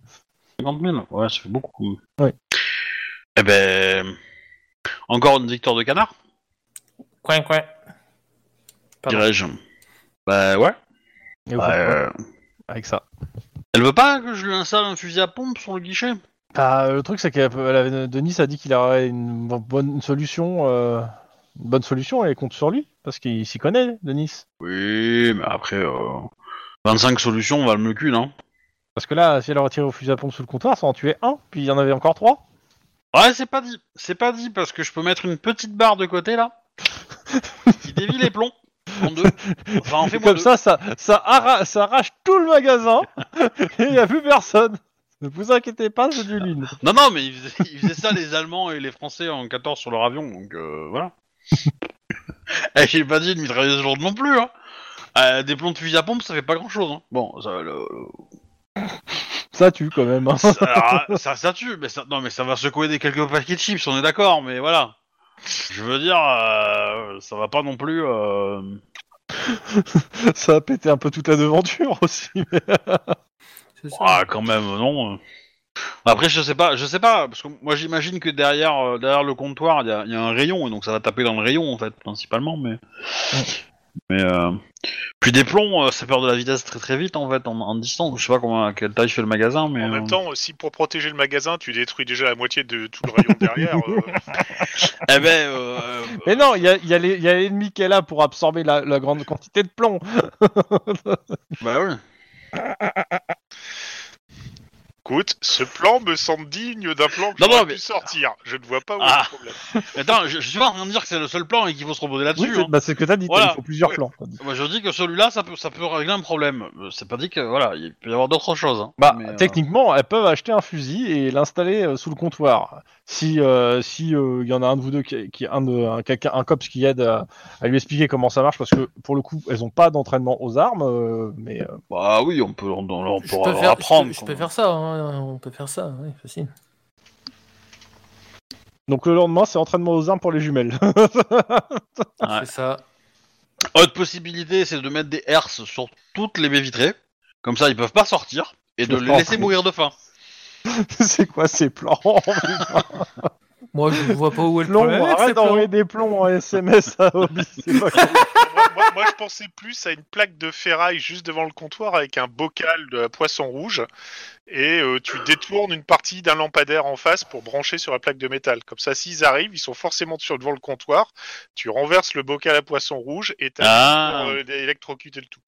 S2: 50 000 Ouais, ça fait beaucoup.
S4: Ouais.
S2: Eh ben, encore une victoire de canard,
S3: Coin, coin. Pardon.
S2: dirais-je. Bah ouais.
S4: Et vous
S2: Bah,
S4: faites quoi
S2: euh,
S4: avec ça.
S2: Elle veut pas que je lui installe un fusil à pompe sur le guichet
S4: Bah, le truc, c'est que euh, Denis a dit qu'il aurait une bo- bonne solution. euh, une bonne solution, et elle compte sur lui, parce qu'il s'y connaît, Denis.
S2: Oui, mais après, euh, 25 solutions, on va le cul, non
S4: Parce que là, si elle aurait tiré au fusil à pompe sous le comptoir, ça en tuait un, puis il y en avait encore trois.
S2: Ouais, c'est pas dit. C'est pas dit parce que je peux mettre une petite barre de côté là qui dévie les plombs en deux. Enfin, en fait, moi
S4: Comme ça, ça, ça, arra- ça arrache tout le magasin, et il n'y a plus personne. Ne vous inquiétez pas, c'est du lune.
S2: Non, non, mais ils faisaient, ils faisaient ça les Allemands et les Français en 14 sur leur avion, donc euh, voilà. et j'ai pas dit une mitrailleuse lourde non plus. Hein. Euh, des plombs de fusil à pompe, ça fait pas grand chose. Hein. Bon, ça, le-
S4: Ça tue quand même. hein.
S2: ça, ça, ça tue, mais ça, non, mais ça va secouer des quelques paquets de chips, on est d'accord, mais voilà. Je veux dire, euh, ça va pas non plus. euh,
S4: Ça a pété un peu toute la devanture aussi. mais-
S3: C'est ça.
S2: Ah, quand même, non. Après, je sais pas, je sais pas, parce que moi j'imagine que derrière, euh, derrière le comptoir, il y a- il y, a un rayon, et donc ça va taper dans le rayon en fait, principalement, mais. Mais. euh, Puis des plombs, euh, ça perd de la vitesse très très vite en fait, en, en distance. Je sais pas comment, à quelle taille fait le magasin, mais.
S1: En même
S2: euh,
S1: temps, euh, si pour protéger le magasin, tu détruis déjà la moitié de tout le rayon derrière. euh,
S2: Eh ben. euh,
S4: Mais non, il y a, il y a les- il y a l'ennemi qui est là pour absorber la, la grande quantité de plomb.
S2: Bah oui.
S1: Écoute, ce plan me semble digne d'un plan que
S2: Non,
S1: j'aurais
S2: non,
S1: pu
S2: mais-
S1: sortir. Je ne vois pas où est
S2: Ah.
S1: le problème.
S2: Attends, je, je suis pas en train de dire que c'est le seul plan et qu'il faut se reposer là-dessus.
S4: Oui, c'est
S2: hein.
S4: bah, c'est ce que t'as dit, t'as dit,
S2: Voilà.
S4: il faut plusieurs plans. t'as dit.
S2: Moi, je dis que celui-là, ça peut, ça peut régler un problème. Euh, C'est pas dit que voilà, il peut y avoir d'autres choses. hein.
S4: Bah,
S2: Mais, euh,
S4: techniquement, elles peuvent acheter un fusil et l'installer euh, sous le comptoir. Si euh, si euh, il y en a un de vous deux qui, qui un de un, quelqu'un- un cops qui aide à, à lui expliquer comment ça marche, parce que pour le coup, elles ont pas d'entraînement aux armes, euh, mais euh,
S2: Bah oui, on peut, on, on
S3: Je
S2: pourra
S3: peux faire,
S2: apprendre.
S3: je peux, je
S2: quoi.
S3: peux faire ça, hein, on peut faire ça, oui, facile.
S4: donc le lendemain, c'est entraînement aux armes pour les jumelles.
S2: Ouais.
S3: C'est ça.
S2: Autre possibilité, c'est de mettre des herses sur toutes les baies vitrées. Comme ça, ils peuvent pas sortir et de
S4: peuvent
S2: les
S4: pas
S2: laisser
S4: entrer.
S2: mourir de faim.
S4: c'est quoi ces plans
S3: Moi, je vois pas où est le
S4: Plomb,
S3: problème. avec ces
S4: arrête d'envoyer
S3: plombs.
S4: des plombs en SMS à Obi. c'est pas cool.
S1: moi, moi- moi, je pensais plus à une plaque de ferraille juste devant le comptoir avec un bocal de poisson rouge et euh, tu détournes une partie d'un lampadaire en face pour brancher sur la plaque de métal. Comme ça, s'ils arrivent, ils sont forcément sur devant le comptoir. Tu renverses le bocal à poisson rouge et t'as
S2: Ah,
S1: euh, électrocuté le tout.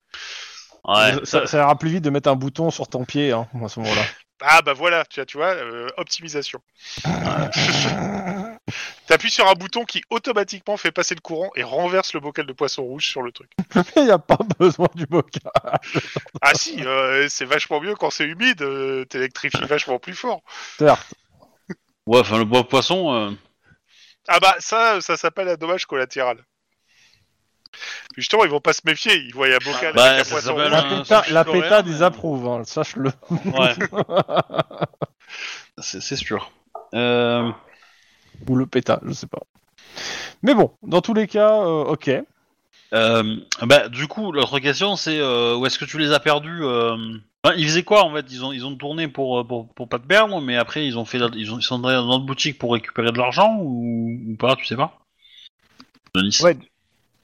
S2: ouais.
S4: ça, ça ira plus vite de mettre un bouton sur ton pied hein, à ce moment-là.
S1: Ah bah voilà, tu vois, tu vois euh, optimisation. T'appuies sur un bouton qui automatiquement fait passer le courant et renverse le bocal de poisson rouge sur le truc.
S4: Il n'y a pas besoin du bocal.
S1: Ah si, euh, c'est vachement mieux quand c'est humide, euh, t'électrifies vachement plus fort.
S2: Ouais, enfin, le pauvre poisson. euh,
S1: Ah bah ça, ça s'appelle un dommage collatéral. Puis justement, ils vont pas se méfier, ils voient un bocal
S2: Bah,
S1: avec un
S2: ça
S1: poisson
S2: s'appelle
S1: rouge.
S4: La
S2: un
S4: PETA,
S2: sushi
S4: la
S2: coréen,
S4: PETA
S2: mais-
S4: désapprouve, hein, sache-le.
S2: Ouais. c'est, c'est sûr. Euh,
S4: Ou le péta, je sais pas. Mais bon, dans tous les cas, euh, ok.
S2: euh, bah, du coup, l'autre question, c'est euh, où est-ce que tu les as perdus euh... enfin, Ils faisaient quoi en fait ils ont, ils ont tourné pour, euh, pour, pour pas te perdre, mais après ils ont fait la- ils, ont, ils sont allés dans notre boutique pour récupérer de l'argent ou, ou pas Tu sais pas Denis.
S4: Ouais.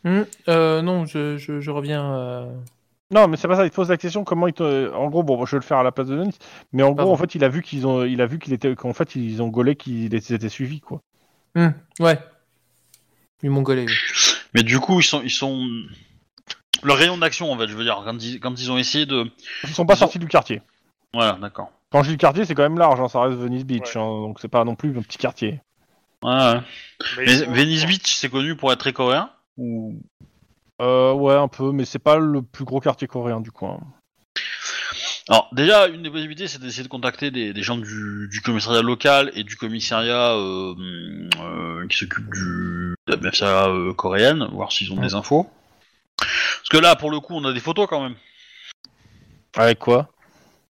S3: Hmm, euh, non, je, je, je reviens. euh,
S4: Non, mais c'est pas ça. Il te pose la question comment il te... En gros, bon, moi, je vais le faire à la place de Denis. Mais en gros,
S3: Pardon.
S4: en fait, il a vu qu'ils ont, il a vu qu'il était, qu'en fait, ils ont gaulé qu'ils étaient suivis, quoi.
S3: hmm, ouais. Du mongolais. oui.
S2: Mais du coup, ils sont. Ils sont... Le rayon d'action en fait, je veux dire, quand ils, quand ils ont essayé de.
S4: Ils sont pas
S2: Ils ont-
S4: sortis du quartier.
S2: Voilà, d'accord.
S4: Quand je dis le quartier, c'est quand même large. hein, ça reste Venice Beach, hein, donc c'est pas non plus un petit quartier.
S2: Ouais, ouais.
S1: Mais
S2: Mais
S1: ils ont-
S2: Venice Beach, c'est connu pour être très coréen ou...
S4: Euh, ouais, un peu, mais c'est pas le plus gros quartier coréen du hein. coin.
S2: Alors, déjà, une des possibilités, c'est d'essayer de contacter des, des gens du, du commissariat local et du commissariat euh, euh, qui s'occupe du, de la mafia euh, coréenne, voir s'ils ont des infos. Parce que là, pour le coup, on a des photos quand même.
S4: Avec quoi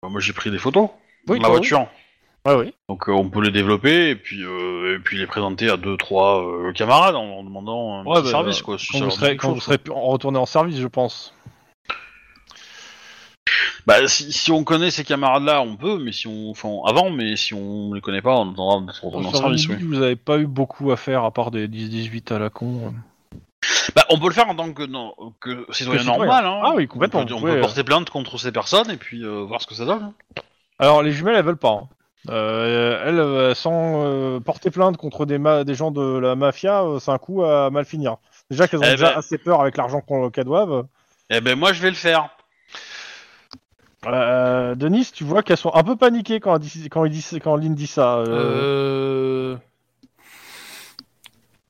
S2: Enfin, moi, j'ai pris des photos
S4: Oui,
S2: de la
S4: toi,
S2: voiture.
S4: oui. Ouais, oui.
S2: Donc, euh, on peut les développer et puis, euh, et puis les présenter à deux, trois euh, camarades en, en demandant un
S4: Ouais,
S2: petit
S4: bah,
S2: service. Quoi, si ça
S4: Quand vous
S2: leur dit
S4: serez,
S2: quelque
S4: quand vous
S2: chose,
S4: serez pu- en- retourné en service, je pense.
S2: Bah, si, si on connaît ces camarades-là, on peut, mais si on, enfin, avant, mais si on les connaît pas, on attendra notre retour en
S4: Sur
S2: service.
S4: Venice
S2: Oui.
S4: Beach, Vous avez pas eu beaucoup à faire à part des 10-18 à la con.
S2: Bah, on peut le faire en tant que, non, que citoyen
S4: Que citoyen.
S2: normal. Hein.
S4: Ah oui, complètement,
S2: On peut, on
S4: vous
S2: peut
S4: pouvez, euh.
S2: porter plainte contre ces personnes et puis euh, voir ce que ça donne.
S4: Alors les jumelles, elles veulent pas. hein. Euh, elles, euh, sans euh, porter plainte contre des, ma- des gens de la mafia, euh, c'est un coup à mal finir. Déjà qu'elles ont
S2: Eh
S4: déjà
S2: ben.
S4: assez peur avec l'argent qu'on- qu'elles doivent.
S2: Eh ben, moi, je vais le faire.
S4: Euh, Denise, tu vois qu'elles sont un peu paniquées quand, elle dit- quand, il dit- quand Lynn dit ça.
S3: Euh...
S4: euh,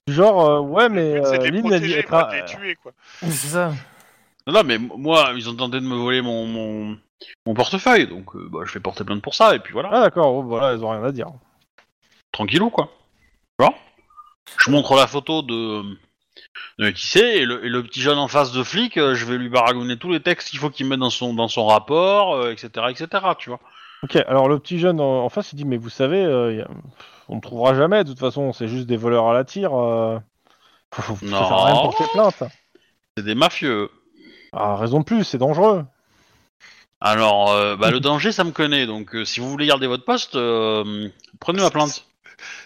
S4: Genre, euh, ouais, mais
S1: Le but, c'est
S4: euh,
S1: de les
S4: Lynn, elle dit
S1: protéger,
S4: être
S1: pas
S4: à-
S1: de les tuer, quoi.
S3: C'est ça.
S2: Non, non, mais m- moi, ils ont tenté de me voler mon, mon, mon portefeuille, donc euh, bah, je vais porter plainte pour ça et puis voilà,
S4: Ah d'accord, oh, voilà, elles ont rien à dire.
S2: tranquillou quoi. Tu vois Je montre la photo de, de qui c'est et le, et le petit jeune en face de flic, euh, je vais lui baragouiner tous les textes qu'il faut qu'il mette dans son dans son rapport, euh, etc., etc. Tu vois
S4: Ok, alors le petit jeune en, en face, il dit, mais vous savez, euh, y a- on ne trouvera jamais, de toute façon, c'est juste des voleurs à la tire. Euh... Faut, faut
S2: Non.
S4: faire rien porter plainte.
S2: C'est des mafieux.
S4: Ah, raison de plus, c'est dangereux.
S2: Alors, euh, bah, le danger, ça me connaît. Donc, euh, si vous voulez garder votre poste, euh, prenez ma plainte.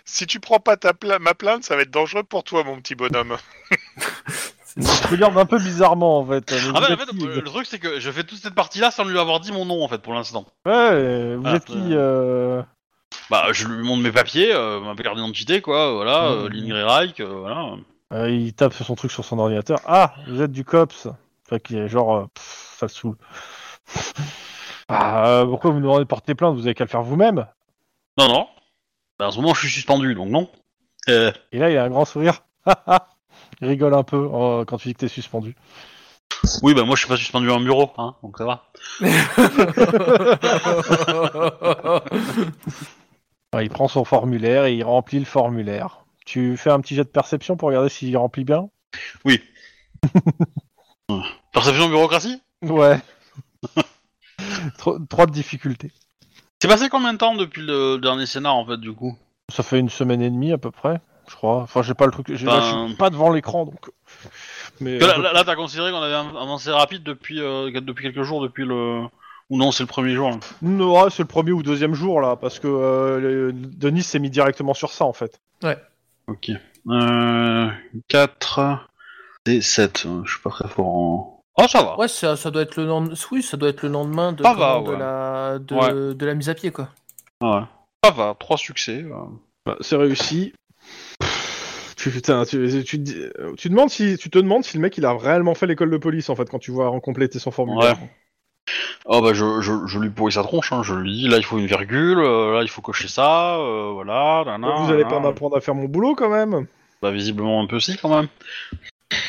S1: Si tu prends pas ta pla- ma plainte, ça va être dangereux pour toi, mon petit bonhomme.
S4: Je regarde un peu bizarrement en fait. Mais
S2: Ah
S4: vous
S2: bah, en
S4: êtes
S2: fait,
S4: qui,
S2: euh, le truc, c'est que je fais toute cette partie-là sans lui avoir dit mon nom, en fait, pour l'instant.
S4: Ouais, euh, vous
S2: Ah,
S4: êtes qui euh,
S2: Bah, je lui montre mes papiers, euh, ma carte d'identité, quoi, voilà,
S4: Mm.
S2: euh, Lynn Greyreich, euh, voilà.
S4: euh, Il tape sur son truc sur son ordinateur. Ah, vous êtes du COPS. Enfin, qui est genre, euh, pff, ça le saoule. ah, euh, pourquoi vous nous demandez de porter plainte Vous avez qu'à le faire vous-même.
S2: Non, non. Bah, en ce moment, je suis suspendu, donc non. Euh,
S4: Et là, il a un grand sourire. il rigole un peu euh, quand tu dis que t'es suspendu.
S2: oui, bah, moi, je suis pas suspendu à un bureau, hein, donc ça va.
S4: Ouais, il prend son formulaire et il remplit le formulaire. Tu fais un petit jet de perception pour regarder s'il remplit bien
S2: Perception bureaucratie
S4: Ouais. Tro- Trois de difficulté.
S2: C'est passé combien de temps depuis le dernier scénar, en fait, du coup
S4: Ça fait une semaine et demie à peu près, je crois. Enfin, j'ai pas le truc. j'ai- là, je
S2: Ben-
S4: suis pas devant l'écran donc. Mais euh,
S2: Parce que Là, là, là, t'as considéré qu'on avait av- avancé rapide depuis, euh, depuis quelques jours, depuis le... Ou non, c'est le premier jour, là.
S4: Non, ouais, c'est le premier ou deuxième jour là, parce que euh, le- Denis s'est mis directement sur ça en fait.
S2: Ok. Euh, 4 et 7. Je suis pas très fort en. Oh, ça va.
S3: ouais, ça, ça doit être le lendemain. Oui, ça doit être le lendemain de,
S2: Ça va,
S3: comment, de
S2: ouais.
S3: la de,
S2: Ouais.
S3: de la mise à pied quoi.
S2: Ah, Ouais. Ça va, 3 succès. euh.
S4: Bah, c'est réussi. Tu, putain, tu, tu, te dis- euh, tu demandes si, tu te demandes si le mec il a réellement fait l'école de police en fait quand tu vois en compléter son formulaire.
S2: Oh, bah, je, je, je lui pourris sa tronche. hein. Je lui dis là, il faut une virgule, euh, là, il faut cocher ça, euh, voilà. nanana,
S4: Vous allez pas
S2: nanana.
S4: m'apprendre à faire mon boulot quand même.
S2: Bah, visiblement, un peu si, quand même.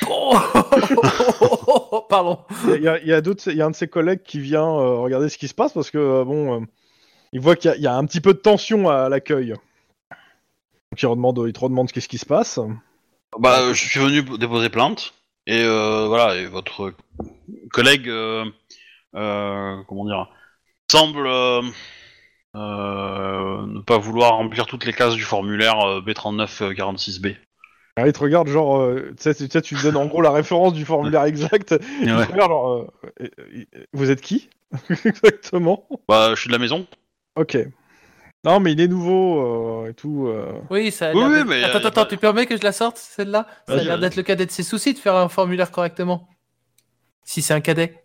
S3: Oh Pardon.
S4: Il y a- il y a, il y a d'autres- il y a un de ses collègues qui vient euh, regarder ce qui se passe parce que euh, bon, euh, il voit qu'il y a- il y, a un petit peu de tension à l'accueil. Donc il, redemande, il te redemande qu'est-ce qui se passe.
S2: Bah, euh, je suis venu p- déposer plainte. Et euh, voilà, et votre collègue. euh, euh, comment dire Semble. euh, euh, ne pas vouloir remplir toutes les cases du formulaire euh, B3946B.
S4: Alors, Ah, il te regarde genre, euh, tu sais, tu sais, tu lui donnes en gros la référence du formulaire exact.
S2: Et
S4: Il
S2: ouais.
S4: te regarde genre, euh, euh, euh, vous êtes qui Exactement.
S2: Bah, je suis de la maison.
S4: Ok. Non, mais il est nouveau euh, et tout. euh.
S3: Oui, ça. a
S2: Oui,
S3: l'air
S2: oui,
S3: d'être-
S2: mais, euh,
S3: attends,
S2: y a
S3: attends,
S2: pas-
S3: tu permets que je la sorte celle-là Ça a
S2: Vas-y,
S3: l'air
S2: vas-y.
S3: d'être le cadet de ses soucis de faire un formulaire correctement. Si c'est un cadet,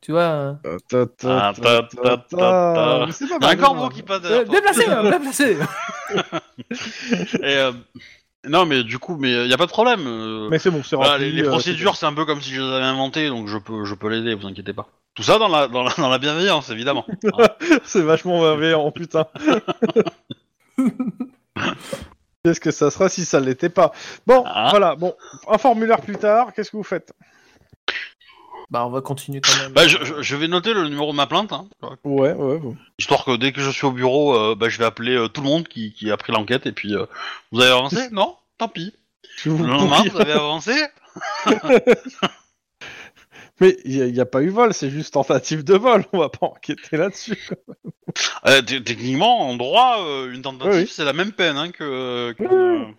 S3: tu vois. euh,
S4: Ta- ta- ta-
S2: Ah, ta- ta-
S4: ta-
S2: ta-
S4: Mais c'est pas
S2: Il y a un
S4: mal,
S2: corbeau
S4: hein.
S2: qui passe derrière
S3: euh,
S2: toi.
S3: bien placé, hein, bien placé.
S2: Et, euh, Non, mais du coup, mais il n'y a pas de problème. euh,
S4: Mais c'est bon, c'est
S2: voilà,
S4: rempli,
S2: les, les
S4: euh,
S2: procédures, c'est un peu comme si je les avais inventées, donc je peux, je peux l'aider, vous inquiétez pas. Tout ça dans la, dans la, dans la bienveillance, évidemment.
S4: c'est- C'est vachement bienveillant, putain. Qu'est-ce que ça sera si ça l'était pas Bon,
S2: Ah.
S4: voilà. Bon, un formulaire plus tard. Qu'est-ce que vous faites
S3: bah, on va continuer quand même.
S2: Bah, je, je- je vais noter le numéro de ma plainte, hein,
S4: Ouais, ouais. bon.
S2: histoire que dès que je suis au bureau, euh, bah, je vais appeler euh, tout le monde qui, qui a pris l'enquête, et puis euh, vous avez avancé Non Tant pis.
S4: Je vous
S2: Le lendemain,
S4: pourris.
S2: vous avez avancé
S4: Mais il n'y a, pas eu vol, c'est juste tentative de vol. On va pas enquêter là-dessus. quoi.
S2: Euh, t- Techniquement, en droit, euh, une tentative,
S4: Oui, oui.
S2: c'est la même peine hein, que. que-
S4: Oui.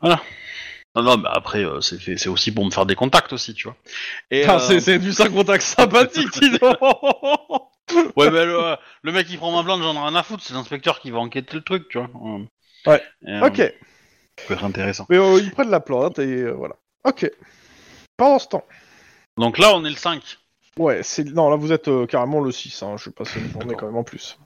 S2: Voilà. Non, non, mais après, euh, c'est fait- c'est aussi pour me faire des contacts aussi, tu vois. Et,
S4: Ah,
S2: euh,
S4: c'est- C'est du sans contact
S2: Ah bah
S4: sympathique, dis donc.
S2: Ouais, mais le, euh, le mec qui prend ma plainte, j'en ai rien à foutre, c'est l'inspecteur qui va enquêter le truc, tu vois. Euh,
S4: Ouais.
S2: et, euh,
S4: Ok.
S2: ça peut être intéressant.
S4: Mais euh, ils prennent la plante et euh, voilà. Ok. Pendant ce temps.
S2: Donc là, on est le 5.
S4: Ouais, c'est. Non, là vous êtes euh, carrément le 6, hein. je passe une journée
S2: D'accord.
S4: quand même en plus.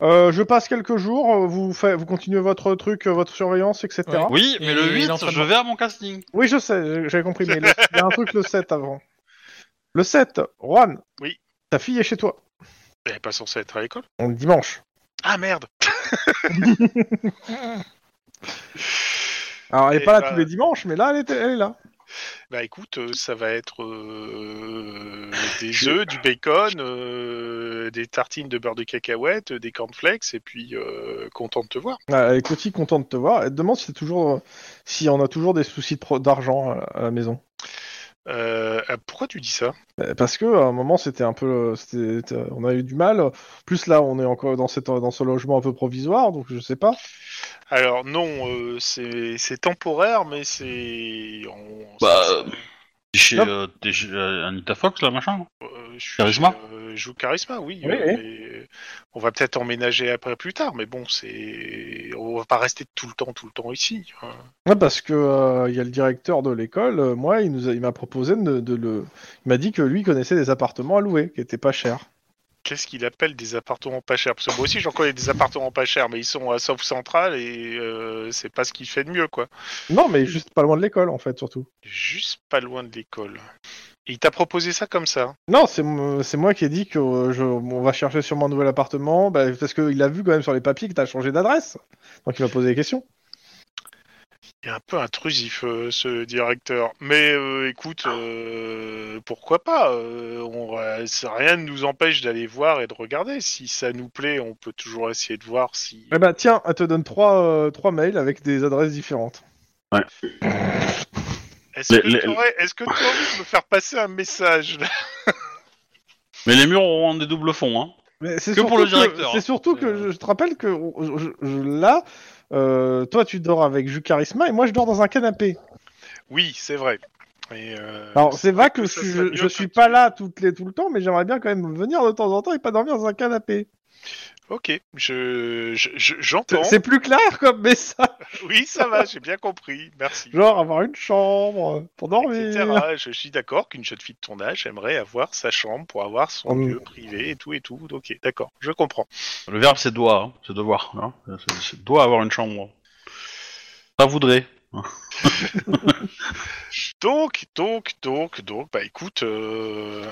S4: Euh, je passe quelques jours, euh, vous, faites, vous continuez votre truc, euh, votre surveillance, etc.
S3: Ouais.
S4: Oui,
S2: Oui, mais
S3: Et
S2: le 8,
S3: l'entraînement.
S2: je vais à mon casting.
S4: je sais, j'avais compris, mais le- il y a un truc le 7 avant. Le 7, Juan.
S1: Oui.
S4: Ta fille est chez toi,
S1: Elle est Eh, pas censée être à l'école
S4: on le dimanche.
S1: Ah merde
S4: Alors elle est
S1: Eh
S4: pas là
S1: ben-
S4: tous les dimanches, mais là elle est, elle est là.
S1: Bah écoute, euh, ça va être euh, des œufs, du bacon, euh, des tartines de beurre de cacahuète, euh, des cornflakes, et puis euh, content de te voir.
S4: Ah, Elle est aussi contente de te voir, elle te demande si, c'est toujours, si on a toujours des soucis de pro- d'argent à- à la maison.
S1: Euh, ah, pourquoi tu dis ça
S4: Euh, Parce que à un moment c'était un peu, euh, c'était- euh, on a eu du mal. Plus là, on est encore dans cette, dans ce logement un peu provisoire, donc je sais pas.
S1: Alors non, euh, c'est c'est temporaire, mais c'est... on-
S2: Bah,
S1: ça-
S2: euh, T'es chez,
S4: Hop.
S2: euh, t'es chez, euh, Anita Fox, là, machin
S1: Euh, je suis-
S2: Charisma
S1: euh, je joue charisma, oui.
S4: Oui,
S1: euh, mais on va peut-être emménager après plus tard, mais bon, c'est, on va pas rester tout le temps, tout le temps ici. hein.
S4: Ouais, parce que euh, il y a le directeur de l'école, euh, moi, il nous, a- il m'a proposé de, de le, il m'a dit que lui connaissait des appartements à louer qui étaient pas chers.
S1: Qu'est-ce qu'il appelle des appartements pas chers Parce que moi aussi, j'en connais des appartements pas chers, mais ils sont à South Central et euh, c'est pas ce qu'il fait de mieux, quoi.
S4: Non, mais juste pas loin de l'école en fait surtout.
S1: Juste pas loin de l'école. Et il t'a proposé ça comme ça
S4: Non, c'est m- c'est moi qui ai dit que euh, je, on va chercher sûrement un nouvel appartement, bah, parce qu'il a vu quand même sur les papiers que t'as changé d'adresse, donc il m'a posé des questions.
S1: Il est un peu intrusif, euh, ce directeur. Mais euh, écoute, euh, pourquoi pas euh, on va- ça- Rien ne nous empêche d'aller voir et de regarder. Si ça nous plaît, on peut toujours essayer de voir si...
S4: Eh bah tiens, elle te donne trois, euh, trois mails avec des adresses différentes.
S1: Est-ce
S2: Les-
S1: que
S2: les-
S1: tu aurais, est-ce que t'aurais envie de me faire passer un message là
S2: Mais les murs auront des doubles fonds, hein.
S4: Mais c'est
S2: Que pour
S4: surtout
S2: le directeur,
S4: C'est
S2: hein.
S4: surtout que je, je te rappelle que je- je- je- là, euh, toi tu dors avec Jus Charisma et moi je dors dans un canapé.
S1: Oui, c'est vrai. Et, euh,
S4: Alors c'est vrai
S1: que
S4: que je,
S1: ça
S4: suis-
S1: serait
S4: je-
S1: mieux
S4: je
S1: que
S4: suis
S1: tu-
S4: pas là toutes les, tout le temps, mais j'aimerais bien quand même venir de temps en temps et pas dormir dans un canapé.
S1: ok, je, je- je-
S4: C'est-
S1: j'entends.
S4: C'est plus clair comme message,
S1: Oui, ça va, j'ai bien compris. Merci.
S4: genre avoir une chambre pour
S1: etc.
S4: dormir.
S1: Je suis d'accord qu'une jeune fille de ton âge aimerait avoir sa chambre pour avoir son
S4: Hum.
S1: lieu privé et tout et tout. Ok, d'accord, je comprends.
S2: Le verbe, c'est doit, hein. c'est devoir. Hein. C'est- c'est- doit avoir une chambre. hein. Ça voudrait.
S1: Donc, donc, donc, donc, bah écoute, euh,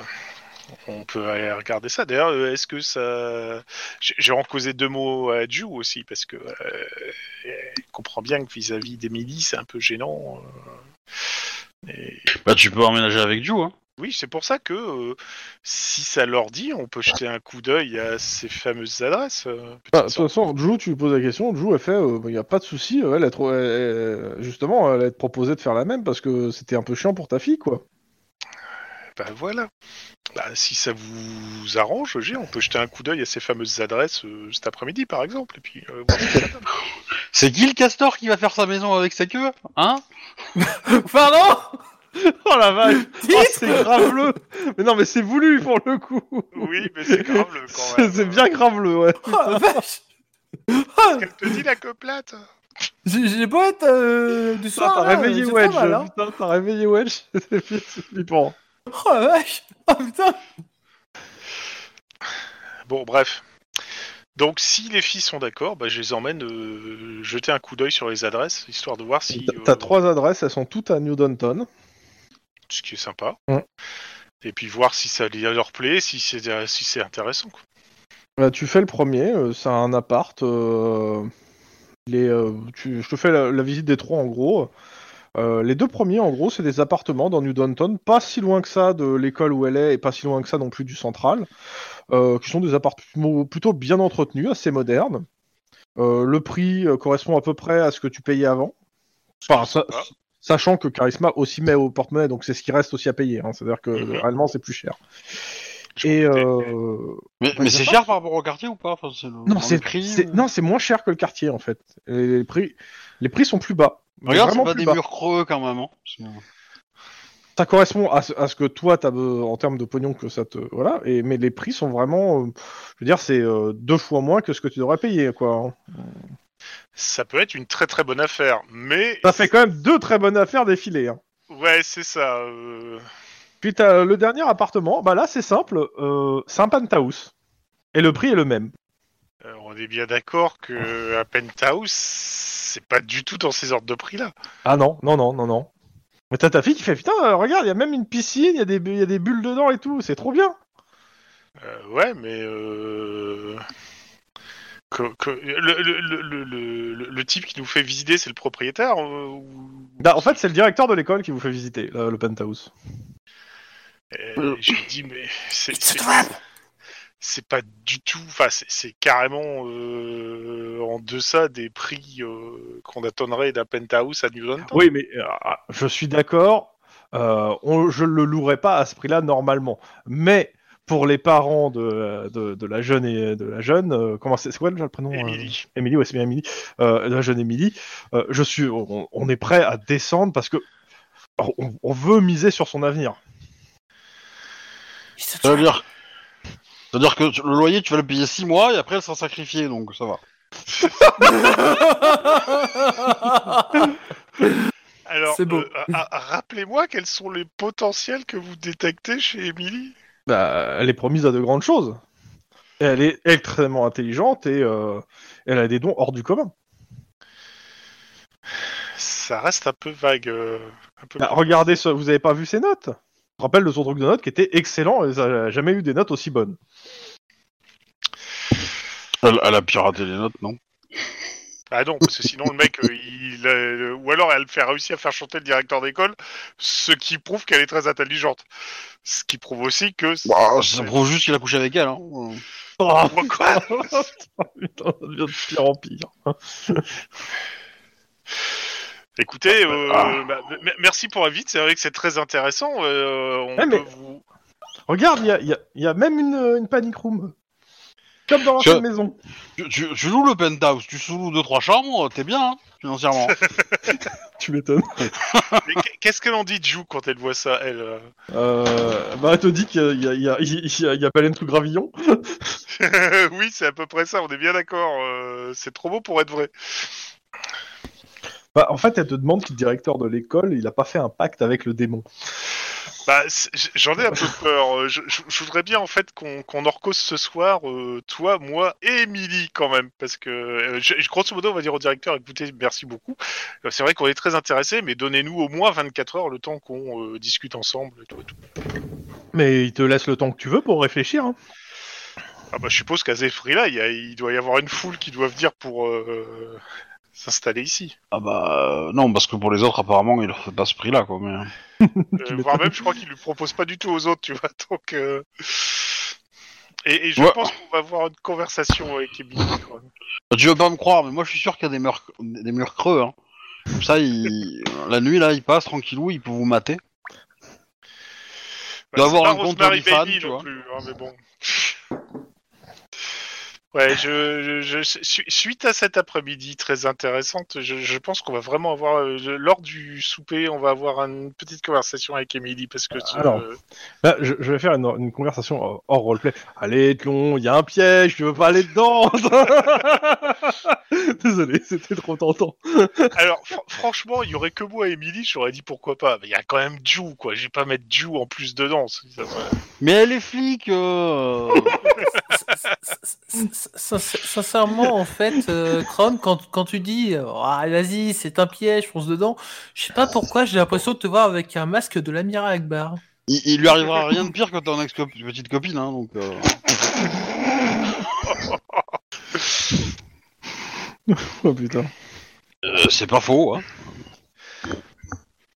S1: on peut aller regarder ça. D'ailleurs, euh, est-ce que ça. J'ai j'ai en causé deux mots à Ju aussi, parce que euh, elle comprend bien que vis-à-vis d'Emily, c'est un peu gênant. euh, et-
S2: Bah, tu peux emménager avec Joe, hein.
S1: Oui, c'est pour ça que euh, si ça leur dit, on peut jeter un coup d'œil à ces fameuses adresses. euh, petite
S4: Bah, de toute
S1: sorte.
S4: façon, Jou, tu lui poses la question, Jou, elle fait, il n'y a pas de souci, euh, elle a trop- elle- elle- justement, elle a proposé de faire la même parce que c'était un peu chiant pour ta fille, quoi.
S1: Bah voilà. Bah, si ça vous arrange, G, on peut jeter un coup d'œil à ces fameuses adresses euh, cet après-midi, par exemple. Et puis, euh, voir ce que ça donne.
S2: C'est qui le castor qui va faire sa maison avec sa queue Hein
S3: Pardon
S4: Oh la vache Oh,
S3: Titre
S4: C'est graveleux Mais non, mais c'est voulu pour le coup
S1: oui, mais c'est grave le quand
S4: C'est
S1: même.
S4: c'est bien graveleux, ouais.
S3: Oh la vache
S1: Qu'elle te dit la queue plate
S3: J'ai j'ai beau être euh, du
S4: Ah,
S3: soir.
S4: t'as
S3: là,
S4: réveillé
S3: c'est pas
S4: Wedge,
S3: mal, hein.
S4: putain, t'as réveillé Wedge, c'est flipp- c'est flippant.
S3: Oh la vache Oh putain
S1: Bon, bref. Donc, si les filles sont d'accord, bah, je les emmène euh, jeter un coup d'œil sur les adresses, histoire de voir si.
S4: T'as-
S1: euh,
S4: T'as trois adresses, elles sont toutes à New Downton.
S1: Ce qui est sympa.
S4: Mm.
S1: Et puis voir si ça leur plaît, si c'est si c'est intéressant. quoi.
S4: Bah, tu fais le premier, euh, c'est un appart. euh, les, euh, tu- je te fais la, la visite des trois en gros. Euh, les deux premiers, en gros, c'est des appartements dans New Downton, pas si loin que ça de l'école où elle est et pas si loin que ça non plus du central, euh, qui sont des appartements plutôt bien entretenus, assez modernes. Euh, le prix euh, correspond à peu près à ce que tu payais avant. Enfin, ça-
S1: sympa.
S4: sachant que Charisma aussi met au porte-monnaie, donc c'est ce qui reste aussi à payer. hein. C'est-à-dire que
S1: Mhm.
S4: réellement, c'est plus cher.
S1: Je
S4: Et
S1: comptais.
S4: euh,
S2: Mais,
S4: mais
S2: c'est
S4: c'est
S2: cher par rapport au quartier ou Bah, pas Enfin, c'est le- dans
S4: non,
S2: le
S4: c'est
S2: prix,
S4: c'est-
S2: euh.
S4: non, c'est moins cher que le quartier en fait. Et les prix, les prix sont plus bas. Mais
S2: Regarde, c'est
S4: vraiment
S2: pas
S4: plus
S2: des
S4: bas.
S2: murs creux quand même. hein. C'est-
S4: Ça correspond à ce, à ce que toi t'as be- en termes de pognon que ça te voilà. Et mais les prix sont vraiment, euh, je veux dire, c'est euh, deux fois moins que ce que tu devrais payer quoi. hein.
S1: Ça peut être une très très bonne affaire, mais
S4: Ça fait quand même deux très bonnes affaires défilées. Hein.
S1: ouais, c'est ça. euh,
S4: Puis t'as euh, le dernier appartement. Bah là c'est simple, euh, c'est un penthouse. Et le prix est le même.
S1: euh, on est bien d'accord que à penthouse, c'est pas du tout dans ces ordres de prix là.
S4: Ah non, non, non, non, non. Mais t'as ta fille qui fait putain, euh, regarde, il y a même une piscine, il y, a des bu- il y a des bulles dedans et tout, c'est trop bien.
S1: Euh, ouais, mais euh, que- que- le, le- le- le- le- le- le type qui nous fait visiter, c'est le propriétaire. euh, ou-
S4: Bah en fait c'est le directeur de l'école qui vous fait visiter le- le penthouse.
S1: Euh, je me dis mais c'est
S3: It's a
S1: c'est-
S3: trap.
S1: c'est pas du tout enfin c'est- c'est carrément euh, en deçà des prix euh, qu'on attendrait d'un penthouse à New Downton.
S4: Oui, mais euh, je suis d'accord. euh, on- je ne le louerai pas à ce prix-là normalement. Mais pour les parents de, euh, de, de la jeune et de la jeune, euh, comment c'est c'est quoi déjà le prénom euh,
S1: Émilie.
S4: Émilie, ouais, c'est bien Émilie. Euh, la jeune Émilie. euh, je suis, on, on est prêt à descendre parce que alors, on, on veut miser sur son avenir.
S3: It's
S2: Ça
S3: a trap.
S2: veut dire. Ça veut dire que tu- le loyer, tu vas le payer 6 mois et après elle sera sacrifiée, donc ça va.
S1: Alors
S3: c'est beau.
S1: euh, a- a- rappelez-moi quels sont les potentiels que vous détectez chez Emily.
S4: Bah, elle est promise à de grandes choses. Et elle est extrêmement intelligente et euh, elle a des dons hors du commun.
S1: Ça reste un peu vague. euh, un peu...
S4: Bah, regardez, ce... vous avez pas vu ses notes Je rappelle de son truc de notes qui était excellent, elle n'a jamais eu des notes aussi bonnes.
S2: Elle, elle a piraté les notes, non
S1: Ah non parce que sinon le mec euh, il euh, ou alors elle fait réussir à faire chanter le directeur d'école, ce qui prouve qu'elle est très intelligente. Ce qui prouve aussi que
S2: bah, Ça prouve juste qu'il a couché avec elle. Hein.
S4: Oh
S1: quoi
S4: putain, ça devient de pire en pire.
S1: Écoutez, euh,
S2: Ah.
S1: bah, m- merci pour la visite, c'est vrai que c'est très intéressant. euh, on
S4: Eh,
S1: peut
S4: mais-
S1: vous...
S4: Regarde, il y a, il y a- il y a même une, euh, une panic room. Comme dans l'ancienne maison.
S2: Tu, tu- tu loues le penthouse, tu sous-loues 2-3 chambres, t'es bien, hein, financièrement.
S4: Tu m'étonnes.
S1: Mais qu- qu'est-ce qu'elle en dit, Jou, quand elle voit ça, elle euh
S4: Euh, bah, elle te dit qu'il y a, il y a, il y a, il y a Baleine sous Gravillon.
S1: euh? Oui, c'est à peu près ça, on est bien d'accord. euh, c'est trop beau pour être vrai.
S4: Bah, en fait, elle te demande si le directeur de l'école, il a pas fait un pacte avec le démon.
S1: Bah, c'est- j- j'en ai un peu peur. euh, Je, je- je voudrais bien, en fait, qu'on qu'on en recose ce soir, euh, toi, moi et Émilie, quand même. Parce que, euh, je, je- grosso modo, on va dire au directeur, écoutez, merci beaucoup. Euh, C'est vrai qu'on est très intéressés, mais donnez-nous au moins 24 heures le temps qu'on euh, discute ensemble. et tout et tout.
S4: Mais il te laisse le temps que tu veux pour réfléchir. hein.
S1: Ah bah, je suppose qu'à Zephyr, là, il, y a- il doit y avoir une foule qui doit venir pour euh, s'installer ici.
S2: ah bah euh, non, parce que pour les autres, apparemment, il leur fait pas ce prix-là, quoi. Mais...
S1: Euh,
S4: Tu
S1: voire
S4: m'étonnes.
S1: même, je crois qu'il ne le propose pas du tout aux autres, tu vois. Donc, euh, et, et je
S2: Ouais.
S1: pense qu'on va avoir une conversation avec Émilie. quand même.
S2: Tu veux pas me croire, mais moi je suis sûr qu'il y a des murs, des murs creux. Hein. Comme ça, il- la nuit, là, il passe tranquillou, il peut vous mater. doit
S1: c'est
S2: avoir
S1: pas
S2: un compte
S1: Rosemary
S2: OnlyFans,
S1: Bailey
S2: tu
S1: non
S2: vois.
S1: plus, hein, mais bon. Ouais, je, je- je- su- suite à cet après-midi très intéressante, je, je pense qu'on va vraiment avoir euh, je- lors du souper, on va avoir une petite conversation avec Émilie parce que tu-
S4: Alors.
S1: euh,
S4: Là, Bah, je, je vais faire une, une conversation hors- hors roleplay. Allez, Tlon, il y a un piège, tu veux pas aller dedans Désolé, c'était trop tentant.
S1: alors fr- franchement, il y aurait que moi et Émilie, j'aurais dit pourquoi pas, mais il y a quand même Jou quoi, j'ai pas mettre Jou en plus dedans. c'est- ça va.
S2: Mais elle est flic euh...
S3: Sin- Sincèrement, en fait, euh, Chrome, quand, quand tu dis Ah, vas-y, c'est un piège, fonce dedans, je sais pas pourquoi j'ai l'impression de te voir avec un masque de l'amiral Akbar.
S2: il, il lui arrivera rien de pire que ton ex-petite copine, hein, donc... euh,
S4: Oh putain.
S2: euh, c'est pas faux, hein.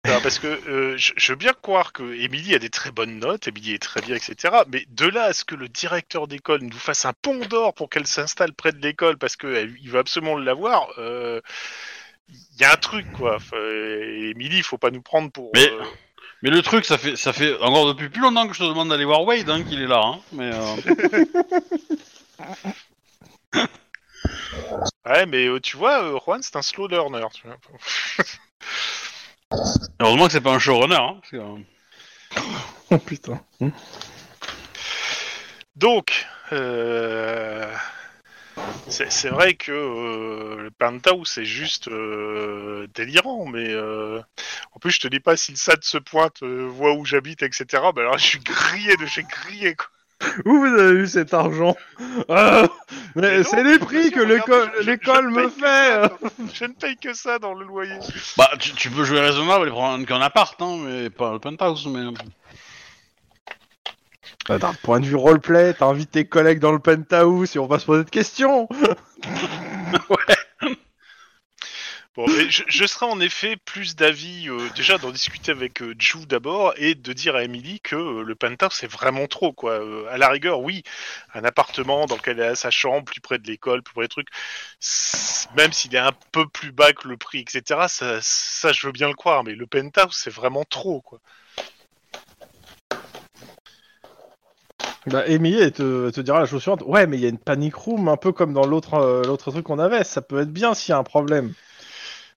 S1: Non, parce que euh, je, je veux bien croire que Émilie a des très bonnes notes, Émilie est très bien, etc. Mais de là à ce que le directeur d'école nous fasse un pont d'or pour qu'elle s'installe près de l'école parce qu'il veut absolument l'avoir, euh, il y a un truc, quoi. Enfin, Émilie, il faut pas nous prendre pour...
S2: Mais-
S1: euh,
S2: Mais le truc, ça fait, ça fait encore depuis plus longtemps que je te demande d'aller voir Wade, hein, qu'il est là, hein. Mais, euh,
S1: Ouais, mais euh, tu vois, euh, Juan, c'est un slow learner. tu vois.
S2: heureusement que c'est pas un showrunner, hein. parce que, euh,
S4: Oh putain.
S1: Donc, euh, c'est c'est vrai que euh, le penthouse c'est juste euh, délirant, mais euh, en plus je te dis pas si le SAD se pointe, euh, voit où j'habite, etc. Bah alors je suis grillé de chez grillé. Quoi.
S4: Où vous avez eu cet argent Ah,
S1: Mais
S4: Mais
S1: non,
S4: c'est les prix que
S1: regardez,
S4: l'école
S1: je- je-
S4: l'école
S1: je
S4: me
S1: paye
S4: fait
S1: Je ne paye que ça dans le loyer.
S2: Bah, tu, tu peux jouer raisonnable et prendre qu'un appart, hein, mais pas le penthouse, mais... euh.
S4: Bah, D'un point de vue roleplay, t'invites tes collègues dans le penthouse et on va se poser de questions
S1: Bon, mais je, je serais en effet plus d'avis euh, déjà d'en discuter avec euh, Ju d'abord et de dire à Emily que euh, le penthouse c'est vraiment trop quoi. Euh, à la rigueur, oui, un appartement dans lequel elle a sa chambre, plus près de l'école, plus près des trucs, c'est- même s'il est un peu plus bas que le prix, etc. Ça, ça je veux bien le croire, mais le penthouse c'est vraiment trop quoi.
S4: Bah, Emily, elle te, elle te dira la chose suivante. Ouais, mais il y a une panic room, un peu comme dans l'autre euh, l'autre truc qu'on avait. Ça peut être bien s'il y a un problème.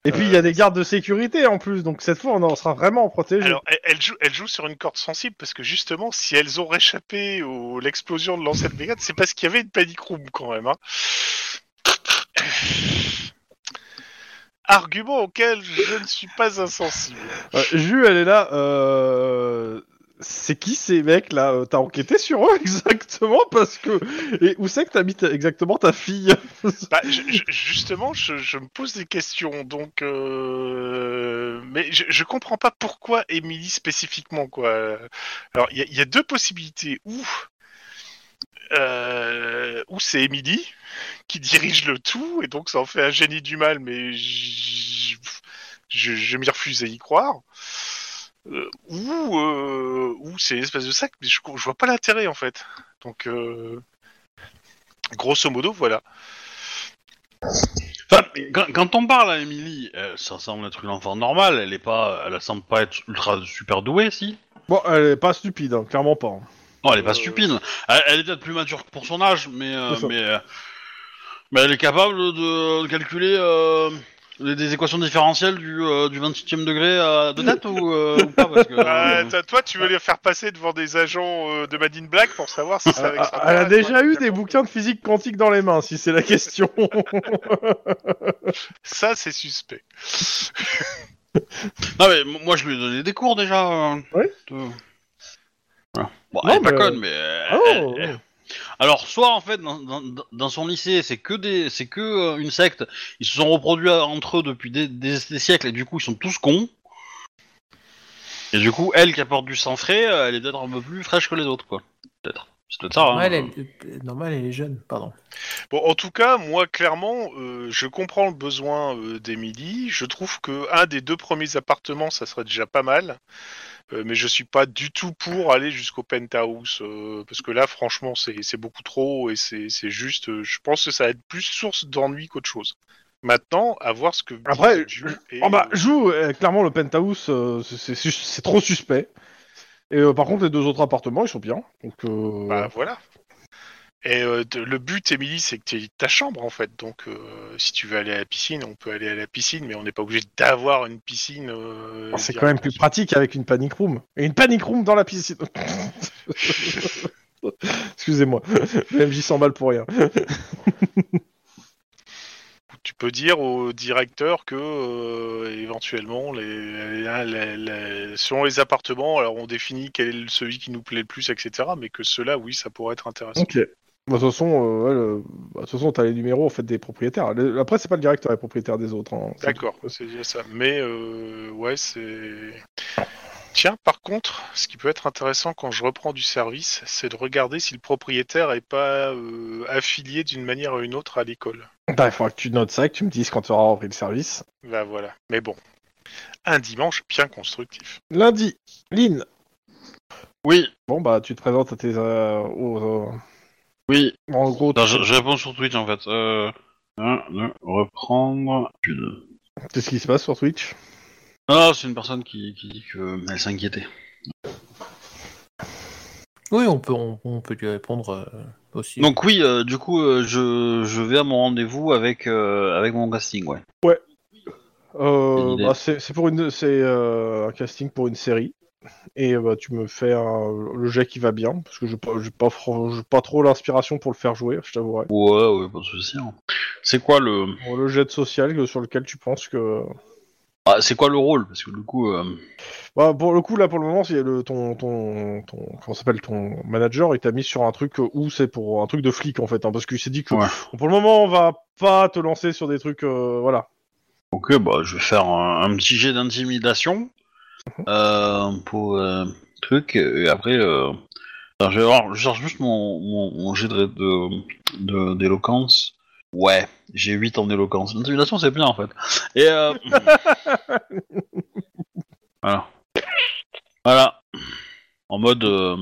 S4: Et puis, il y a des gardes de sécurité en plus, donc cette fois, on en sera vraiment protégé.
S1: Alors elle, elle joue, elle joue sur une corde sensible parce que justement, si elles ont réchappé au l'explosion de l'ancienne brigade, c'est parce qu'il y avait une panic room quand même. hein. Argument auquel je ne suis pas insensible.
S4: Euh, Ju, elle est là. Euh... C'est qui ces mecs là Euh, T'as enquêté sur eux exactement Parce que. Et où c'est que t'habites exactement ta fille
S1: Bah, je- je- justement, je, je me pose des questions, donc, euh, mais je, je comprends pas pourquoi Émilie spécifiquement quoi. Alors, il y, a- il y a deux possibilités ou euh, ou c'est Émilie qui dirige le tout et donc ça en fait un génie du mal, mais j- je, je m'y refuse à y croire. Euh, ou euh, ou c'est une espèce de sac, mais je, je vois pas l'intérêt en fait. Donc, euh, grosso modo, voilà.
S2: Enfin, quand, quand on parle à Emily, euh, ça semble être une enfant normale, elle est pas, elle semble pas être ultra super douée, si.
S4: Bon, elle est pas stupide, hein, clairement pas. hein.
S2: Non, elle est
S1: Euh,
S2: pas stupide. Elle, elle est peut-être plus mature que pour son âge, mais, euh,
S4: C'est ça.
S2: mais, euh, mais elle est capable de, de calculer euh, les, des équations différentielles du, euh, du 28e degré à de tête ou, euh, ou pas parce que,
S1: Ah,
S2: euh,
S1: t'as- toi, tu veux les faire passer devant des agents euh, de Made in Black pour savoir si ça
S4: Elle a- Ah, elle a déjà eu des bouquins de physique quantique dans les mains, si c'est la question.
S1: Ça, c'est suspect.
S2: Non mais m- moi je lui ai donné des cours déjà. euh,
S4: Oui.
S2: de- Voilà. Bon,
S4: Non,
S2: elle est pas
S4: mais-
S2: conne, mais euh,
S4: Ah,
S2: elle-
S4: ouais,
S2: elle-
S4: ouais.
S2: Alors soit en fait dans, dans, dans son lycée c'est que des c'est que euh, une secte ils se sont reproduits euh, entre eux depuis des, des- des siècles et du coup ils sont tous cons et du coup elle qui apporte du sang frais euh, elle est peut-être un peu plus fraîche que les autres quoi peut-être c'est peut-être ça
S4: Ah.
S2: hein.
S3: Normal, elle, euh, normal, elle est jeune, pardon.
S1: Bon, en tout cas, moi, clairement, euh, je comprends le besoin euh, d'Emily. Je trouve que un des deux premiers appartements, ça serait déjà pas mal. Euh, mais je suis pas du tout pour aller jusqu'au penthouse euh, parce que là, franchement, c'est c'est beaucoup trop et c'est c'est juste. euh, je pense que ça va être plus source d'ennui qu'autre chose. Maintenant, à voir ce que.
S4: Après,
S1: Ju et-
S4: euh, Oh bah, joue, euh, clairement, le penthouse, euh, c'est- c'est c'est trop suspect. Et euh, par contre, les deux autres appartements, ils sont bien. Donc, euh,
S1: Bah voilà. Et euh, de- le but, Émilie, c'est que tu aies ta chambre en fait. Donc euh, si tu veux aller à la piscine, on peut aller à la piscine, mais on n'est pas obligé d'avoir une piscine. euh,
S4: c'est quand même plus pratique avec une panic room. Et une panic room dans la piscine. Excusez-moi. Le MJ s'emballe pour rien.
S1: tu peux dire au directeur que euh, éventuellement, les, la- la- la- selon les appartements, alors on définit quel est le- celui qui nous plaît le plus, etc. Mais que cela, oui, ça pourrait être intéressant.
S4: Ok. Bah, de toute façon, euh, ouais, le- bah, de toute façon, t'as les numéros en fait des propriétaires. Le- Après, c'est pas le directeur, les propriétaires des autres. hein. C'est-
S1: D'accord, c'est déjà ça. Mais euh, ouais, c'est. Tiens, par contre, ce qui peut être intéressant quand je reprends du service, c'est de regarder si le propriétaire est pas euh, affilié d'une manière ou une autre à l'école.
S4: Bah, il faudra que tu notes ça, et que tu me dises quand tu auras repris le service.
S1: Bah voilà. Mais bon, un dimanche bien constructif.
S4: Lundi, Lynn.
S2: Oui,
S4: Bon, bah, tu te présentes à tes. euh, aux, euh,
S2: oui.
S4: En gros,
S2: Attends, je, je réponds sur Twitch en fait. Euh, un, deux, reprendre. Une...
S4: qu'est-ce qui se passe sur Twitch
S2: Ah, c'est une personne qui, qui dit qu'elle s'inquiétait.
S3: Oui, on peut, on, on peut lui répondre euh, aussi.
S2: Donc oui, euh, du coup, euh, je, je vais à mon rendez-vous avec, euh, avec mon casting, ouais.
S4: Euh,
S2: Une idée.
S4: bah, c'est c'est pour une, c'est euh, un casting pour une série. Et euh, bah, tu me fais un- le jet qui va bien, parce que je pas, j'ai pas, fran- j'ai pas trop l'inspiration pour le faire jouer, je t'avouerai.
S2: Ouais, ouais, pas de souci. hein. C'est quoi le,
S4: Bon, le jet de social que- sur lequel tu penses que.
S2: ah, c'est quoi le rôle Parce que du coup, euh,
S4: Bah, pour le coup, là, pour le moment, c'est le, ton, ton, ton, comment ça s'appelle, ton manager, il t'a mis sur un truc euh, où c'est pour un truc de flic, en fait, hein, parce qu'il s'est dit que
S2: Ouais.
S4: pour le moment, on va pas te lancer sur des trucs, euh, voilà.
S2: ok, bah, je vais faire un, un petit jet d'intimidation euh, pour euh, truc. Et après, euh, alors, je, vais voir, je cherche juste mon, mon, mon jet de- de- de- d'éloquence. ouais, j'ai 8 en éloquence. L'intimidation, c'est bien en fait. Et euh, voilà, voilà, en mode. euh,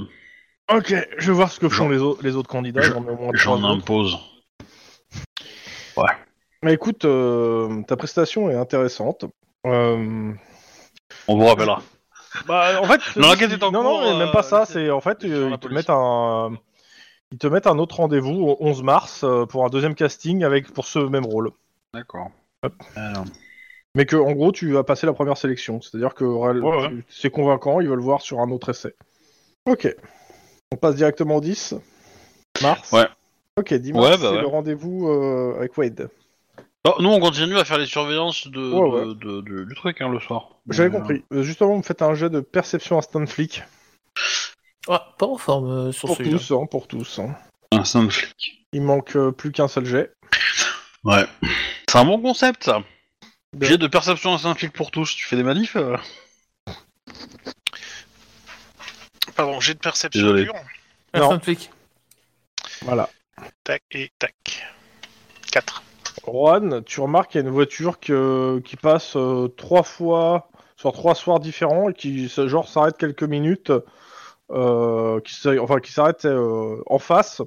S4: Ok, je vais voir ce que font
S2: J'en-
S4: les, au- les autres candidats.
S2: je-
S4: j'en ai au moins trois
S2: J'en
S4: autres.
S2: impose.
S4: Mais écoute, euh, ta prestation est intéressante. Euh,
S2: On vous rappellera.
S4: bah, en fait,
S2: Non, l'enquête est en
S4: non,
S2: cours,
S4: non, mais même pas
S2: euh,
S4: ça.
S2: c'est-
S4: C'est en fait,
S2: sur
S4: euh,
S2: la
S4: ils te
S2: police.
S4: mettent un, euh, ils te mettent un autre rendez-vous au 11 mars euh, pour un deuxième casting avec pour ce même rôle.
S2: D'accord. Alors,
S4: Mais que en gros, tu as passé la première sélection. C'est-à-dire que réel-
S1: Ouais, ouais.
S4: tu- c'est convaincant. Ils veulent voir sur un autre essai. Ok. On passe directement au 10 mars.
S2: Ouais.
S4: Ok, dimanche,
S2: Ouais, bah
S4: c'est
S2: ouais.
S4: le rendez-vous euh, avec Wade.
S2: Bon, Bah, nous, on continue à faire les surveillances de,
S4: Ouais,
S2: de- de- de- du truc hein, le soir.
S4: J'avais
S2: Mais,
S4: compris. Euh, Justement, vous faites un jet de perception instant flic.
S3: Ah, pas en forme euh, sur
S4: Pour
S3: celui-là.
S4: tous, hein, pour tous. hein.
S2: euh, Un simple flic.
S4: Il manque euh, plus qu'un seul jet.
S2: Ouais. C'est un bon concept, ça.
S4: Bien.
S2: J'ai de perception à simple flic pour tous. Tu fais des manifs euh
S1: Pardon, j'ai de perception
S2: Désolé.
S1: pure.
S3: Un
S4: Non.
S3: simple clic.
S4: Voilà.
S1: Tac et tac. 4.
S4: Juan, tu remarques qu'il y a une voiture que- qui passe euh, trois fois sur trois soirs différents et qui ce genre s'arrête quelques minutes, euh, qui se- enfin qui s'arrête euh, en face.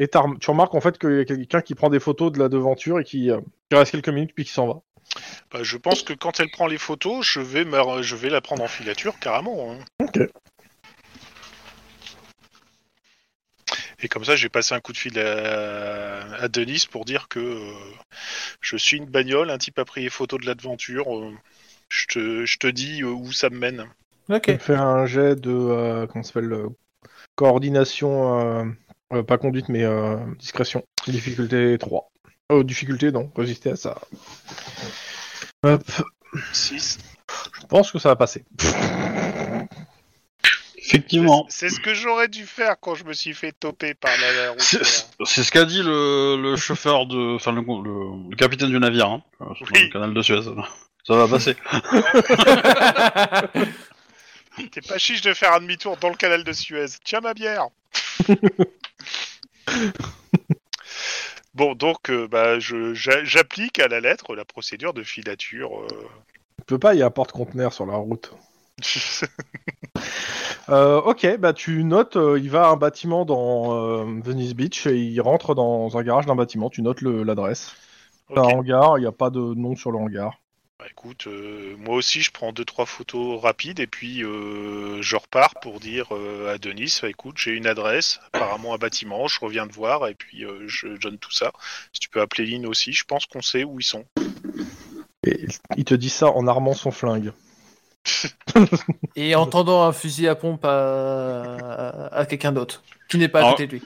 S4: Et t'as rem- tu remarques en fait qu'il y a quelqu'un qui prend des photos de la devanture et qui, euh, qui reste quelques minutes puis qui s'en va.
S1: Bah, je pense que quand elle prend les photos, je vais, me- je vais la prendre en filature carrément. hein.
S4: Ok.
S1: Et comme ça, j'ai passé un coup de fil à, à Denis pour dire que euh, je suis une bagnole, un type a pris les photos de l'aventure. euh, je, te, je te dis euh, où ça me mène.
S3: Ok.
S4: Tu me fais un jet de euh, comment ça s'appelle euh, coordination, euh, euh, pas conduite mais euh, discrétion. Difficulté 3. Oh, difficulté non, résister à ça. Hop,
S1: 6.
S4: je pense que ça va passer.
S2: Effectivement.
S1: C'est ce que j'aurais dû faire quand je me suis fait toper par la, la route.
S2: C'est c'est ce qu'a dit le, le chauffeur de. Enfin, le, le- le capitaine du navire, hein, euh, sur le
S1: Oui.
S2: canal de Suez. Ça va passer.
S1: T'es pas chiche de faire un demi-tour dans le canal de Suez. Tiens ma bière. bon, donc euh, bah, je- j'a- j'applique à la lettre la procédure de filature. euh.
S4: Tu peux pas, il y a un porte-conteneur sur la route. Euh, ok, bah tu notes, euh, il va à un bâtiment dans euh, Venice Beach et il rentre dans un garage d'un bâtiment. Tu notes le- l'adresse. C'est
S1: Ok.
S4: un hangar, il n'y a pas de nom sur le hangar.
S1: Bah, écoute, euh, moi aussi je prends deux trois photos rapides et puis euh, je repars pour dire euh, à Denis, bah, écoute, j'ai une adresse, apparemment un bâtiment, je reviens te voir et puis euh, je donne tout ça. Si tu peux appeler Lynn aussi, je pense qu'on sait où ils sont.
S4: Et il te dit ça en armant son flingue.
S3: Et en tendant un fusil à pompe à, à- à quelqu'un d'autre, qui n'est pas à
S2: Alors-
S3: côté de lui.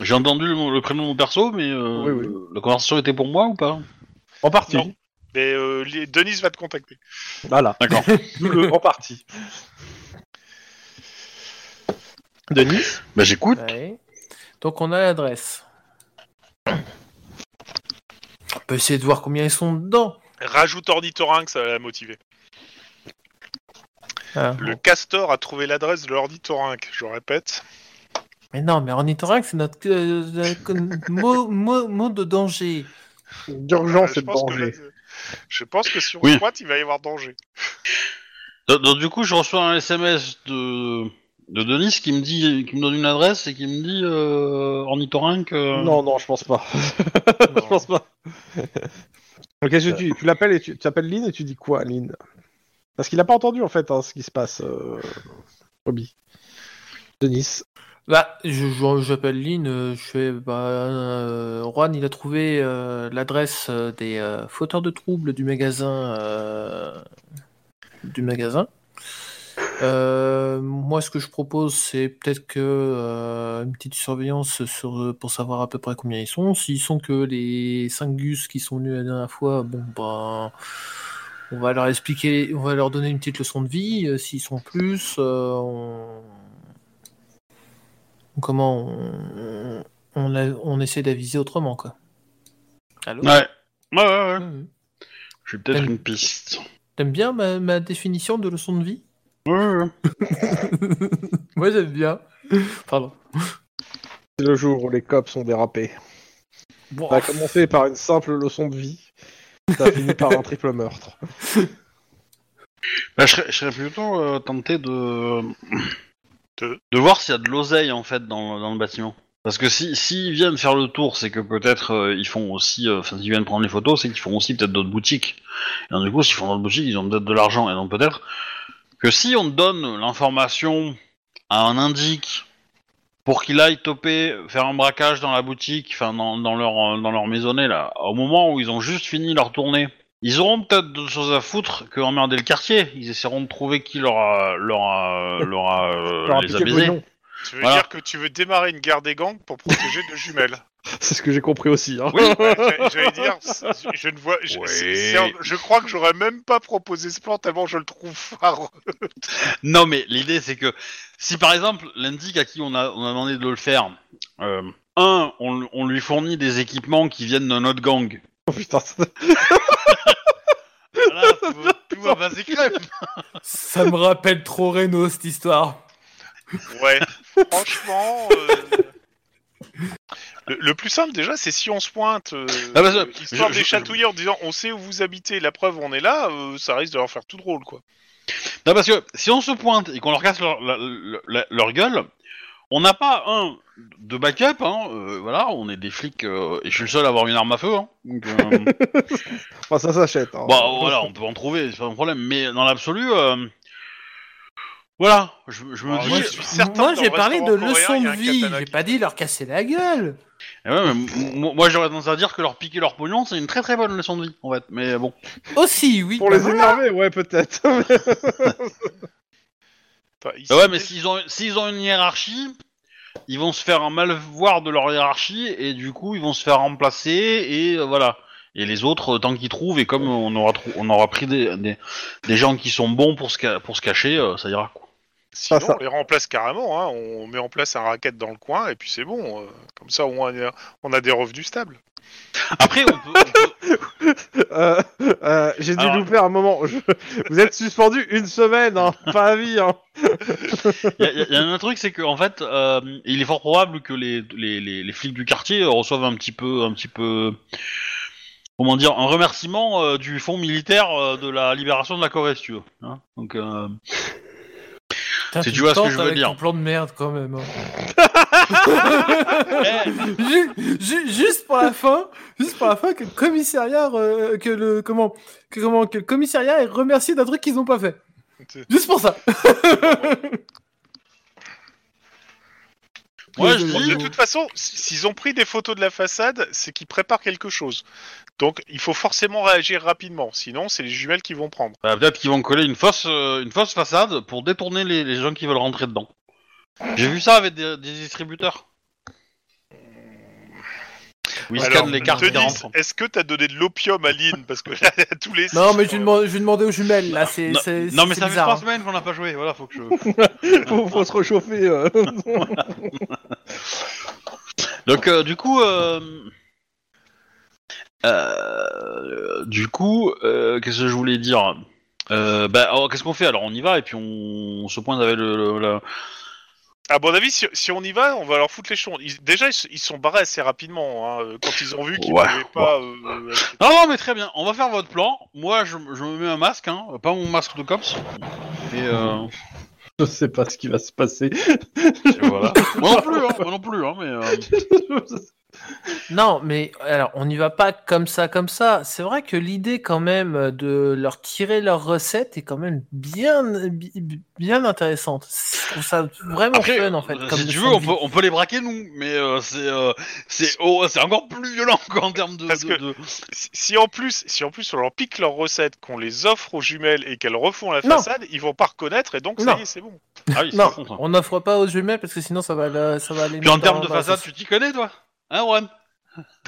S2: J'ai entendu le, le prénom de mon perso, mais euh,
S4: Oui, oui.
S2: la conversation était pour moi ou pas
S4: En partie.
S1: Non. Mais euh, les- Denis va te contacter.
S4: Voilà.
S2: D'accord.
S4: Le- en partie. Denis
S2: bah j'écoute.
S3: Ouais. Donc on a l'adresse. On peut essayer de voir combien ils sont dedans.
S1: Rajoute ornithorynque, ça va la motiver.
S3: Ah.
S1: Le castor a trouvé l'adresse de l'ornithorynque, je répète.
S3: Mais non, mais ornithorynque, c'est notre euh, notre mot, mot- mot de danger.
S1: Voilà,
S4: D'urgence
S1: Euh, je, pense que là, je pense que si on
S2: Oui.
S1: squatte, il va y avoir danger.
S2: Donc, donc, du coup, je reçois un SMS de, de Denis qui me dit, qui me donne une adresse et qui me dit euh, ornithorynque. euh,
S4: Non, non, je pense pas. je pense pas. Donc, qu'est-ce que tu, tu l'appelles et tu, tu appelles Lynn et tu dis quoi, Lynn Parce qu'il a pas entendu en fait hein, ce qui se passe, euh... Bobby. Denis.
S3: Bah, je- je- j'appelle Lynn, euh, je fais, bah, euh, Juan, il a trouvé euh, l'adresse euh, des euh, fauteurs de troubles du magasin, euh, du magasin. Euh, moi, ce que je propose, c'est peut-être que euh, une petite surveillance sur, euh, pour savoir à peu près combien ils sont. S'ils sont que les 5 gus qui sont venus la dernière fois, bon, ben, on va leur expliquer, on va leur donner une petite leçon de vie. Euh, S'ils sont plus, euh, on comment on, on, a- on essaie d'aviser autrement quoi. Allô
S2: Ouais. Ouais, ouais, ouais.
S3: Mhm.
S2: J'ai peut-être
S3: Elle-
S2: une piste.
S3: T'aimes bien ma, ma définition de leçon de vie
S2: Ouais, ouais, ouais.
S3: Moi j'aime bien. Pardon.
S4: C'est le jour où les cops sont dérapés.
S3: Bon,
S2: Bah,
S4: Ça a commencé par une simple leçon de vie. Ça a fini par un triple meurtre.
S2: Bah, je, serais, je serais plutôt euh, tenté de...
S1: De-
S2: voir s'il y a de l'oseille en fait dans, le- dans le bâtiment. Parce que si s'ils viennent faire le tour, c'est que peut-être euh, ils font aussi, euh, enfin s'ils viennent prendre les photos, c'est qu'ils font aussi peut-être d'autres boutiques. Et donc, du coup, s'ils font d'autres boutiques, ils ont peut-être de l'argent. Et donc peut-être que si on donne l'information à un indique pour qu'il aille toper, faire un braquage dans la boutique, enfin dans, dans leur euh, dans leur maisonnée là, au moment où ils ont juste fini leur tournée, ils auront peut-être d'autres choses à foutre que emmerder le quartier. Ils essaieront de trouver qui leur a, leur a- leur a, euh,
S4: Alors,
S2: les
S4: piquer
S2: a
S4: le
S2: baisés.
S4: pognon.
S1: Tu veux
S2: Voilà.
S1: dire que tu veux démarrer une guerre des gangs pour protéger deux jumelles
S4: C'est ce que j'ai compris aussi. hein.
S1: Ouais, j'a- J'allais dire, c'est- je ne vois, je,
S2: Ouais.
S1: c'est- c'est un- je crois que j'aurais même pas proposé ce plan tellement je le trouve phare.
S2: Non, mais l'idée c'est que si par exemple l'indique à qui on a, on a demandé de le faire, euh, un, on, on lui fournit des équipements qui viennent de notre gang.
S4: Oh, putain, ça-
S2: Voilà, tout, tout va pas s'écrèpe.
S3: Ça me rappelle trop Reno cette histoire.
S1: Ouais, franchement. euh, Le, le plus simple déjà, c'est si on se pointe, euh,
S2: Ah bah ça,
S1: histoire
S2: je-
S1: des
S2: je-
S1: chatouilleurs en disant on sait où vous habitez, la preuve on est là, euh, ça risque de leur faire tout drôle quoi.
S2: Non, parce que si on se pointe et qu'on leur casse leur, la- la- la- leur gueule, on n'a pas un de backup, hein, euh, voilà, on est des flics euh, et je suis le seul à avoir une arme à feu. Hein, donc, euh,
S4: enfin, ça s'achète. hein.
S2: Bah voilà, on peut en trouver, c'est pas un problème. Mais dans l'absolu, euh, voilà, je, je me
S1: Ah,
S2: dis.
S1: moi, je suis certain
S3: Moi
S1: que dans
S3: j'ai
S1: le
S3: parlé de
S1: restaurant coréen,
S3: leçon
S1: il y
S3: de
S1: a un
S3: vie,
S1: katana
S3: j'ai
S1: qui-
S3: pas dit leur casser la gueule.
S2: Eh ouais, mais m- m- moi j'aurais tendance à dire que leur piquer leur pognon, c'est une très très bonne leçon de vie, en fait. Mais bon.
S3: Aussi oui.
S4: Pour
S3: bah
S4: les
S3: voilà.
S4: énerver, ouais, peut-être.
S1: Enfin, ils
S2: Bah ouais,
S1: sont
S2: mais
S1: des-
S2: s'ils ont, s'ils ont une hiérarchie, ils vont se faire un mal voir de leur hiérarchie et du coup ils vont se faire remplacer et euh, voilà. Et les autres, euh, tant qu'ils trouvent, et comme on aura, trou- on aura pris des, des, des gens qui sont bons pour se, ca- pour se cacher, euh, ça ira quoi.
S1: Sinon,
S4: Ah, ça-
S1: on les remplace carrément. hein. On met en place un racket dans le coin et puis c'est bon. euh, Comme ça, on a, on a des revenus stables.
S2: Après, on peut- on peut,
S4: Euh, euh, J'ai dû
S2: Alors-
S4: louper un moment. Je- Vous êtes suspendu une semaine, hein, pas à vie. hein.
S2: Il y, a- y a un truc, c'est qu'en fait, euh, il est fort probable que les, les, les, les flics du quartier euh, reçoivent un petit peu, un petit peu, comment dire, un remerciement euh, du fonds militaire euh, de la libération de la Corée, si tu veux. hein. Donc, euh,
S3: Putain,
S2: Si
S3: tout
S2: tu
S3: le
S2: vois ce
S3: temps,
S2: que je veux
S3: avec
S2: dire.
S3: ton plan de merde quand même. hein.
S2: Eh,
S3: Ju- ju- juste pour la fin, juste pour la fin que le commissariat, euh, que le comment, que comment, que le commissariat est remercié d'un truc qu'ils n'ont pas fait. Juste pour ça.
S2: Moi, je
S1: Bon,
S2: dis-
S1: de toute façon, s- s'ils ont pris des photos de la façade, c'est qu'ils préparent quelque chose. Donc, il faut forcément réagir rapidement. Sinon, c'est les jumelles qui vont prendre.
S2: bah, peut-être qu'ils vont coller une fausse, euh, une fausse façade pour détourner les, les gens qui veulent rentrer dedans. J'ai vu ça avec des, des distributeurs.
S3: Euh,
S2: Où ils
S1: Alors,
S2: scannent les cartes qui
S1: Denis,
S2: rentrent.
S1: est-ce que t'as donné de l'opium à Lynn Parce que là, tous les.
S3: Non, mais je vais demander, je vais demander aux jumelles là. C'est
S2: Non,
S3: c'est-
S2: non, mais
S3: c'est
S2: ça fait
S3: bizarre,
S2: trois
S3: hein.
S2: semaines qu'on n'a pas joué. Voilà, faut que je.
S4: faut, faut se réchauffer. euh.
S2: Donc, euh, du coup, euh, euh, du coup, euh, qu'est-ce que je voulais dire Euh, Bah, alors, qu'est-ce qu'on fait Alors, on y va et puis on, on se pointe avec le. le- le-
S1: À mon avis, si, si on y va, on va leur foutre les chons. Ils- déjà, ils, se- ils sont barrés assez rapidement. hein, quand ils ont vu qu'ils ne
S2: Ouais,
S1: pouvaient pas. euh, être-
S2: Non, non, mais très bien. On va faire votre plan. Moi, je, je me mets un masque, hein, pas mon masque de cops. Et, euh,
S4: Je sais pas ce qui va se passer.
S2: et voilà. moi non plus, hein, moi non plus, hein, mais. euh,
S3: Non, mais alors on n'y va pas comme ça, comme ça. C'est vrai que l'idée quand même de leur tirer leur recette est quand même bien, bi- bi- bien intéressante. Je trouve ça vraiment
S2: Après,
S3: fun en fait.
S2: euh,
S3: comme
S2: si tu
S3: leçon
S2: veux,
S3: de
S2: on
S3: vie.
S2: peut, on peut les braquer nous, mais euh, c'est euh, c'est oh, c'est encore plus violent quoi, en termes de.
S1: Parce
S2: de-
S1: que-
S2: de-
S1: Si, si en plus, si en plus on leur pique leurs recettes, qu'on les offre aux jumelles et qu'elles refont la
S3: Non.
S1: façade, ils vont pas reconnaître et donc ça
S3: Non.
S1: y est, c'est bon.
S2: Ah oui, c'est
S3: Non,
S2: contre.
S3: on n'offre pas aux jumelles parce que sinon ça va, la- ça va aller.
S2: Puis en
S3: mettre
S2: termes de
S3: dans la
S2: façade,
S3: sauce.
S2: tu t'y connais toi, hein, Juan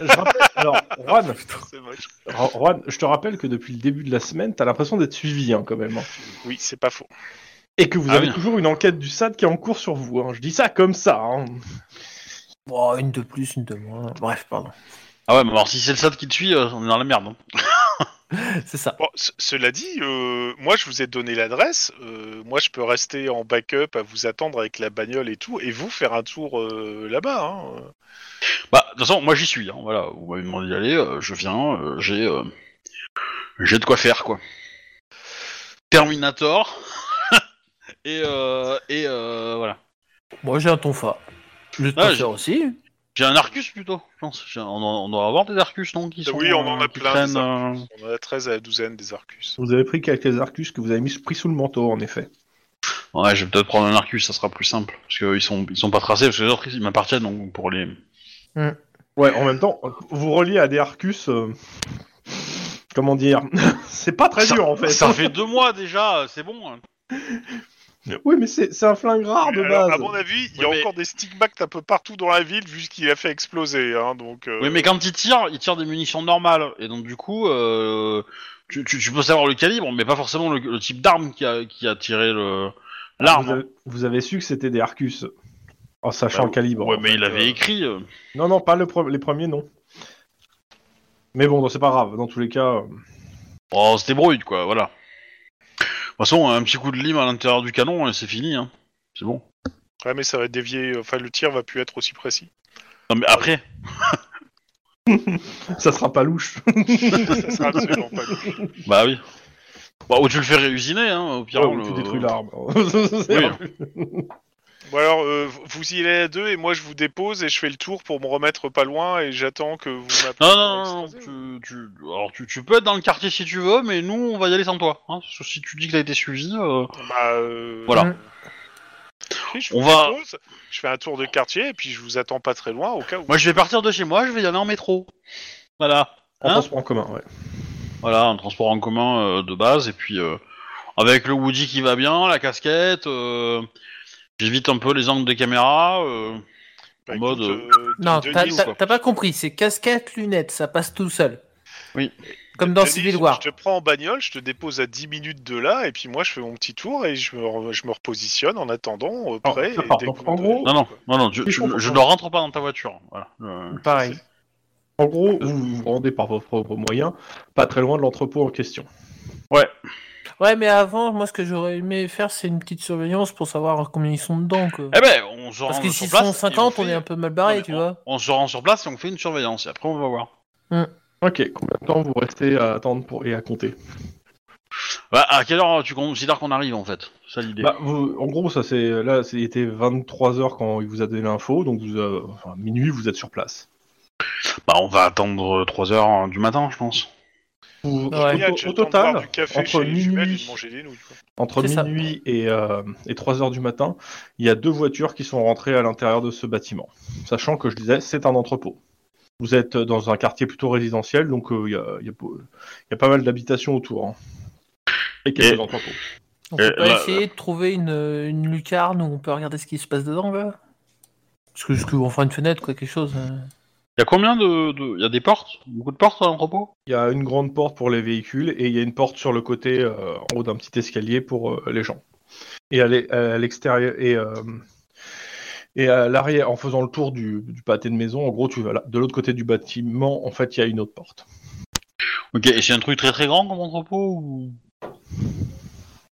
S4: Je rappelle- alors, Juan,
S1: C'est moche.
S4: Ro- Juan, je te rappelle que depuis le début de la semaine, t'as l'impression d'être suivi hein, quand même. hein.
S1: Oui, c'est pas faux.
S4: Et que vous
S2: Ah
S4: avez
S2: oui.
S4: toujours une enquête du SAD qui est en cours sur vous. hein. Je dis ça comme ça. hein.
S3: Oh, une de plus, une de moins. Bref, pardon.
S2: Ah ouais, mais alors si c'est le SAD qui te suit, euh, on est dans la merde. hein.
S3: C'est ça.
S1: Bon, ce- cela dit, euh, moi je vous ai donné l'adresse. euh, moi je peux rester en backup à vous attendre avec la bagnole et tout, et vous faire un tour euh, là-bas. hein.
S2: Bah, de toute façon, moi j'y suis, hein, voilà, vous m'avez demandé d'y aller, euh, je viens, euh, j'ai euh, j'ai de quoi faire quoi. Terminator, et, euh, et euh, voilà.
S3: Moi, j'ai un tonfa. Le
S2: Ah,
S3: tonfa aussi.
S2: J'ai un Arcus plutôt, je pense. J'ai un- On, en- on doit avoir des Arcus, non qui sont,
S1: Oui, on en a
S2: euh, qui
S1: plein,
S2: traînent,
S1: des
S2: euh,
S1: On en a 13 à la douzaine des Arcus.
S4: Vous avez pris quelques arcus que vous avez mis pris sous le manteau, en effet.
S2: Ouais, je vais peut-être prendre un Arcus, ça sera plus simple. Parce qu'ils sont, ils sont pas tracés, parce que les autres ils m'appartiennent donc pour les.
S4: Ouais, en même temps, vous reliez à des arcus. euh, Comment dire C'est pas très
S2: ça,
S4: dur en fait.
S2: Ça fait deux mois déjà, euh, c'est bon. hein.
S4: Oui, mais c'est c'est un flingue rare de
S1: Alors,
S4: base.
S1: à mon avis, il y a
S2: Oui, mais-
S1: encore des stigmates un peu partout dans la ville vu ce qu'il a fait exploser. hein, donc, euh,
S2: Oui, mais quand ils tirent, ils tirent des munitions normales. Et donc, du coup, euh, tu, tu- tu peux savoir le calibre, mais pas forcément le, le type d'arme qui a, qui a tiré le- l'arme.
S4: Ah, vous, avez, vous avez su que c'était des arcus. En sachant
S2: hein. Bah,
S4: le calibre.
S2: ouais,
S4: en
S2: mais
S4: fait,
S2: il avait
S4: euh.
S2: écrit. euh,
S4: Non, non, pas le pre- les premiers, non. Mais bon, c'est pas grave. Dans tous les cas, euh,
S2: Oh, c'était broïde, quoi, voilà. De toute façon, un petit coup de lime à l'intérieur du canon, et c'est fini. Hein. C'est bon.
S1: ouais, mais ça va dévier. Enfin, le tir va plus être aussi précis.
S2: Non, mais après,
S4: ça sera pas louche.
S1: ça sera absolument pas le-
S2: bah oui. Bah, ou tu le fais réusiner, hein, au pire.
S4: Ou
S2: le-
S4: tu détruis l'arme.
S2: Oui. hein.
S1: Bon alors, euh, vous- vous y allez à deux et moi je vous dépose et je fais le tour pour me remettre pas loin et j'attends que vous m'appelez.
S2: Non,
S1: pour
S2: non, non, non,
S1: extraser, ou-
S2: tu, tu, alors tu, tu peux être dans le quartier si tu veux, mais nous on va y aller sans toi. Hein, parce que si tu dis que t'as été suivi, euh,
S1: Bah, euh,
S2: Voilà.
S1: euh, ok, je
S2: On
S1: on
S2: va-
S1: va. je fais un tour de quartier et puis je vous attends pas très loin au cas où.
S2: Moi, je vais partir de chez moi, je vais y aller en métro. Voilà.
S4: En
S2: Hein
S4: transport en commun, ouais.
S2: Voilà, un transport en commun euh, de base, et puis euh, avec le Woody qui va bien, la casquette, euh, j'évite un peu les angles des caméras. euh.
S1: Bah,
S2: en mode,
S1: euh,
S3: Non,
S1: Denis,
S3: t'as
S2: ou
S3: t'as-
S2: quoi
S3: t'as pas compris. C'est casquette, lunettes, ça passe tout seul.
S2: Oui.
S3: Comme dans
S1: Denis,
S3: Civil War.
S1: Je te prends en bagnole, je te dépose à 10 minutes de là et puis moi je fais mon petit tour et je me, re- je me repositionne en attendant euh,
S4: Ah,
S1: prêt.
S4: ça
S1: et
S4: part.
S1: dès
S4: Donc,
S1: que
S4: en
S1: vous-
S4: gros-
S2: Non, non, non, non, tu-
S4: Oui, je
S2: tu-
S4: comprends.
S2: je ne rentre pas dans ta voiture. Voilà. Euh,
S3: Pareil.
S4: En gros, vous vous rendez par vos propres moyens, pas très loin de l'entrepôt en question.
S3: Ouais, mais avant, moi, ce que j'aurais aimé faire, c'est une petite surveillance pour savoir combien ils sont dedans. Quoi.
S2: Eh ben, on se
S3: Parce
S2: rend
S3: que
S2: sur
S3: s'ils
S2: place.
S3: sont
S2: et
S3: 50,
S2: on,
S3: on,
S2: fait-
S3: est un peu mal
S2: Non,
S3: barré,
S2: mais
S3: tu vois.
S2: on se rend sur place et on fait une surveillance, et après on va voir.
S4: Ok, combien de temps vous restez à attendre pour... et à compter
S2: Bah, à quelle heure tu considères qu'on arrive en fait C'est ça l'idée.
S4: Bah, vous- en gros, ça c'est là, c'était 23 heures quand il vous a donné l'info, donc vous, euh, enfin, minuit, vous êtes sur place.
S2: Bah, on va attendre 3 heures hein, du matin, je pense.
S4: Vous-
S3: Ouais.
S4: au-
S1: Regarde,
S4: au,
S1: j'ai le temps de boire
S4: total,
S1: du café
S4: entre
S1: chez les jumelles et
S4: minuit-
S1: de manger des nouilles. quoi.
S4: entre
S3: C'est ça.
S4: minuit et, euh, et 3 heures du matin, il y a deux voitures qui sont rentrées à l'intérieur de ce bâtiment. Sachant que je disais, c'est un entrepôt. Vous êtes dans un quartier plutôt résidentiel, donc euh, il y, a, il y a beau- il y a pas mal d'habitations autour. hein. Et quelques
S2: Et-
S4: entrepôts.
S3: On
S2: Euh,
S3: peut pas
S2: bah,
S3: essayer de trouver une, une lucarne où on peut regarder ce qui se passe dedans, là Parce que, parce que, enfin, une fenêtre, quoi, quelque chose. euh.
S2: Il y a combien de. de- Y a des portes Beaucoup de portes hein, à l'entrepôt
S4: Il y a une grande porte pour les véhicules et il y a une porte sur le côté euh, en haut d'un petit escalier pour euh, les gens. Et à l'e- à l'extérieur et, euh, et à l'arrière, en faisant le tour du, du pâté de maison, en gros, tu vas là, de l'autre côté du bâtiment, en fait, il y a une autre porte.
S2: Ok, et c'est un truc très très grand comme entrepôt ou.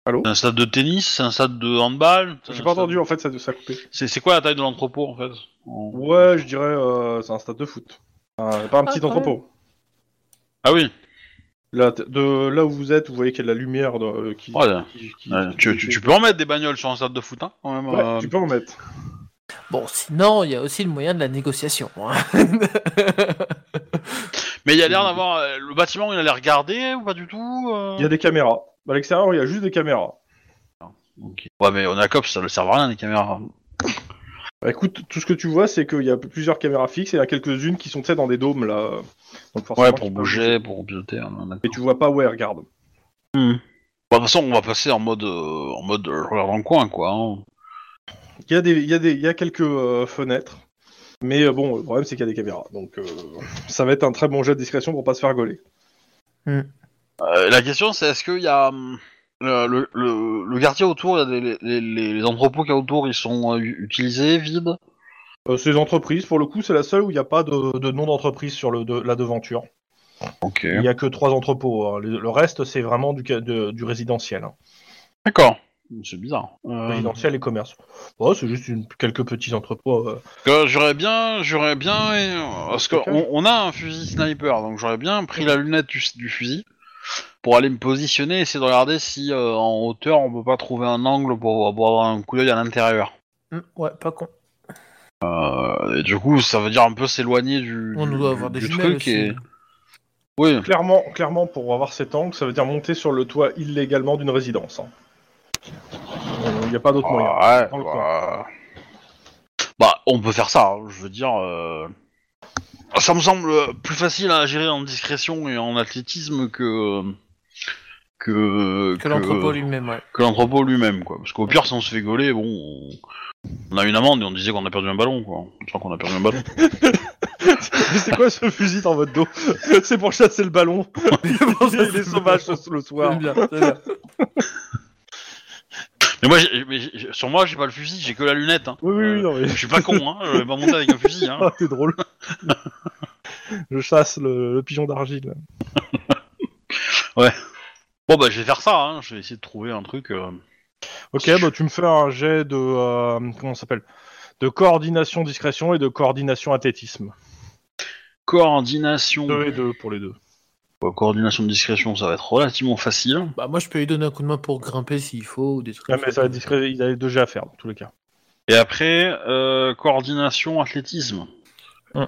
S4: Allô
S2: C'est un stade de tennis C'est un stade de handball C'est
S4: J'ai
S2: un
S4: pas
S2: stade-
S4: entendu, en fait, ça, ça a coupé.
S2: C'est c'est quoi la taille de l'entrepôt en fait En-
S4: Ouais, je dirais, euh, c'est un stade de foot. Un- pas un
S3: Ah,
S4: petit
S3: quand même.
S4: entrepôt.
S2: Ah oui
S4: Là, t- de là où vous êtes, vous voyez qu'il y a de la lumière de- qui,
S2: Ouais,
S4: qui- qui-
S2: ouais,
S4: qui-
S2: tu, tu- tu peux en mettre des bagnoles sur un stade de foot, hein, quand même,
S4: Ouais,
S2: euh,
S4: tu peux en mettre.
S3: Bon, sinon, il y a aussi le moyen de la négociation. hein.
S2: Mais il y a l'air d'avoir. euh, Le bâtiment, il a l'air gardé ou pas du tout euh
S4: Il y a des caméras. À l'extérieur, il y a juste des caméras.
S2: Ok. Ouais, mais on a cops, ça ne sert à rien les caméras.
S4: Bah, écoute, tout ce que tu vois, c'est qu'il y a plusieurs caméras fixes et il y en a quelques-unes qui sont tu sais, dans des dômes là. Donc, forcément,
S2: Ouais, pour
S4: tu peux-
S2: bouger, pour piloter. on en a-
S4: Mais tu vois pas où elle regarde. Hmm.
S2: Bah, de toute façon, on va passer en mode, euh, en mode euh, je regarde dans le coin, quoi. hein.
S4: Il y a des, il y a des, il y a quelques euh, fenêtres. Mais euh, bon, le problème c'est qu'il y a des caméras. Donc euh, ça va être un très bon jet de discrétion pour pas se faire gauler.
S2: Euh, la question, c'est est-ce qu'il y a hum, le, le, le- le quartier autour, il y a des- les, les- les entrepôts qu'il y a autour, ils sont euh, u- utilisés, vides
S4: Euh, ces entreprises, pour le coup, c'est la seule où il n'y a pas de, de nom d'entreprise sur le, de, la devanture.
S2: Ok.
S4: Il n'y a que trois entrepôts. hein. Le, le reste, c'est vraiment du, ca- de- du résidentiel. hein.
S2: D'accord. C'est bizarre. Euh,
S4: Résidentiel et commerce. Bon, c'est juste une- quelques petits entrepôts. euh.
S2: que j'aurais bien, j'aurais bien, et- parce qu'on
S4: Ok.
S2: on a un fusil sniper, donc j'aurais bien pris la lunette du, du fusil pour aller me positionner, essayer de regarder si euh, en hauteur on peut pas trouver un angle pour, pour avoir un coup d'œil à l'intérieur.
S3: Hmm, ouais, pas con.
S2: Euh, et du coup, ça veut dire un peu s'éloigner du,
S3: On
S2: du-
S3: doit avoir des
S2: du
S3: jumelles
S2: truc
S3: aussi.
S2: et oui.
S4: Clairement, clairement, pour avoir cet angle, ça veut dire monter sur le toit illégalement d'une résidence. hein. Il n'y a pas d'autre moyen.
S2: Ah, ouais,
S4: Dans le
S2: bah, bah, on peut faire ça. hein, Je veux dire, euh, ça me semble plus facile à gérer en discrétion et en athlétisme que que
S3: Que l'entrepôt
S2: euh,
S3: lui-même, ouais.
S2: que l'entrepôt lui-même, quoi. Parce qu'au pire, si on se fait gauler, bon, on- on a une amende et on disait qu'on a perdu un ballon, quoi. Je crois qu'on a perdu un ballon.
S4: Mais c'est quoi ce fusil dans votre dos C'est pour chasser le ballon. Il est sauvage ce- le soir.
S3: C'est bien, c'est bien.
S2: Mais moi, j'ai- mais j'ai- sur moi, j'ai pas le fusil, j'ai que la lunette. Hein.
S4: Oui, oui, oui,
S2: Euh,
S4: non, mais
S2: Je suis pas con, hein. Je vais pas monter avec un fusil, hein.
S4: Ah, t'es drôle. Je chasse le, le pigeon d'argile.
S2: Bon, bah, je vais faire ça, hein. Je vais essayer de trouver un truc. euh.
S4: Ok, bah tu me fais un jet de euh, comment ça s'appelle De coordination discrétion et de coordination athlétisme.
S2: Coordination.
S4: Deux et deux pour les deux.
S2: Ouais, Bah, coordination de discrétion, ça va être relativement facile.
S3: Bah, moi, je peux lui donner un coup de main pour grimper s'il faut, ou des trucs.
S4: Ah,
S3: comme
S4: mais ça va être discret, il y a deux jets à faire dans tous les cas.
S2: Et après, euh, coordination, athlétisme.
S4: Hum.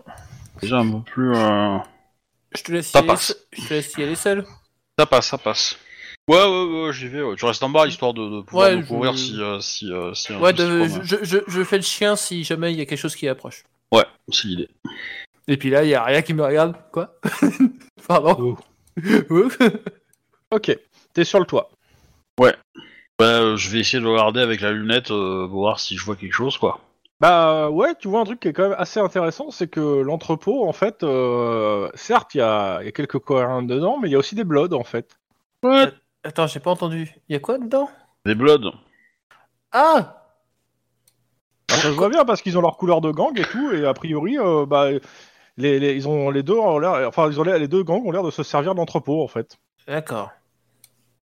S2: Déjà un peu plus. euh,
S3: Je te laisse y
S2: Ça
S3: aller,
S2: passe.
S3: se- je te laisse y aller seul.
S2: Ça passe, ça passe. Ouais, ouais, ouais, j'y vais. ouais. Je reste en bas histoire de, de pouvoir
S3: Mm. Ouais,
S2: me
S3: je-
S2: couvrir si, euh, si, euh, si un
S3: Ouais,
S2: truc
S3: de-
S2: se passe.
S3: je, je- je fais le chien si jamais il y a quelque chose qui approche.
S2: Ouais, c'est l'idée.
S3: Et puis là, il y a rien qui me regarde. Quoi Pardon Ouh.
S4: Ok, t'es sur le toit.
S2: Ouais, euh, je vais essayer de regarder avec la lunette euh, pour voir si je vois quelque chose, quoi.
S4: Bah ouais, tu vois un truc qui est quand même assez intéressant, c'est que l'entrepôt, en fait, euh, certes, il y a, il y a quelques coréens dedans, mais il y a aussi des bloods, en fait.
S2: Ouais.
S3: Attends, j'ai pas entendu. Il y a quoi dedans
S2: Des bloods.
S3: Ah
S4: Alors, ça se voit bien parce qu'ils ont leur couleur de gang et tout, et a priori, euh, bah, les, les- ils ont les deux ont l'air, enfin, ils ont l'air- les deux gangs ont l'air de se servir d'entrepôt, en fait.
S3: D'accord.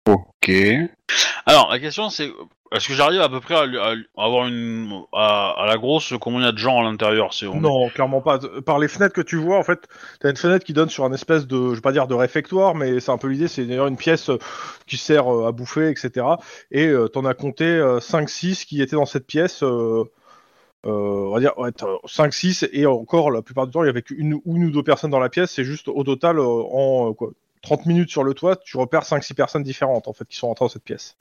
S2: Ok. Alors, la question c'est Est-ce que j'arrive à peu près à, lui- à lui- à avoir une à, à la grosse combien il y a de gens à l'intérieur c'est on-
S4: Non, clairement pas. Par les fenêtres que tu vois, en fait, t'as une fenêtre qui donne sur un espèce de, je vais pas dire de réfectoire, mais c'est un peu l'idée, c'est d'ailleurs une pièce euh, qui sert euh, à bouffer, etc. Et euh, t'en as compté 5-6 qui étaient dans cette pièce, euh, euh, on va dire 5-6, et encore, la plupart du temps, il y avait qu'une ou une ou deux personnes dans la pièce, c'est juste au total, euh, en euh, quoi, 30 minutes sur le toit, tu repères 5-6 personnes différentes, en fait, qui sont rentrées dans cette pièce.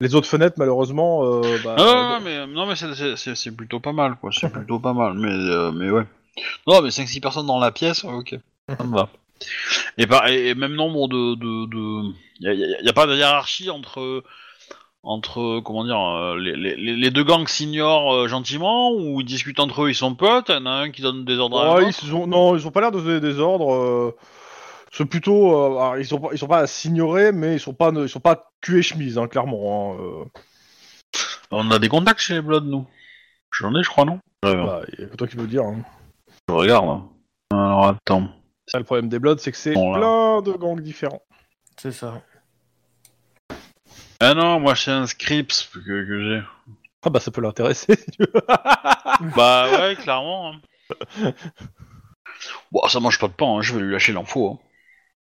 S4: Les autres fenêtres, malheureusement, euh, bah,
S2: Non, non, non, mais, non, mais c'est- c'est- c'est c'est plutôt pas mal, quoi. C'est plutôt pas mal, mais, euh, mais ouais. Non, mais 5-6 personnes dans la pièce, ok. Ça me va. Et, par- et et même nombre de. de, de... Y, a, y a- y a pas de hiérarchie entre. Entre, comment dire, euh, les, les- les- les deux gangs s'ignorent euh, gentiment, ou ils discutent entre eux, ils sont potes, y en a un qui donne des ordres à
S4: Ouais,
S2: l'autre.
S4: ils sont, non, ils ont pas l'air de se donner des ordres. euh, c'est plutôt, euh, alors, ils sont pas, ils sont pas à s'ignorer, mais ils sont pas, ils sont pas cul et chemise, hein, clairement. hein, euh.
S2: On a des contacts chez les Bloods, nous. J'en ai, je crois, non Ouais,
S4: Bah, il y a que toi qui veux dire. hein.
S2: Je regarde. hein. Alors, attends.
S4: Ça, le problème des Bloods, c'est que c'est
S2: Bon, là.
S4: plein de gangs différents.
S3: C'est ça.
S2: Ah non, moi, c'est un script que, que j'ai.
S4: Ah bah ça peut l'intéresser. si tu veux.
S2: Bah ouais, clairement. hein. Bon, ça mange pas de pain, hein, je vais lui lâcher l'info. hein.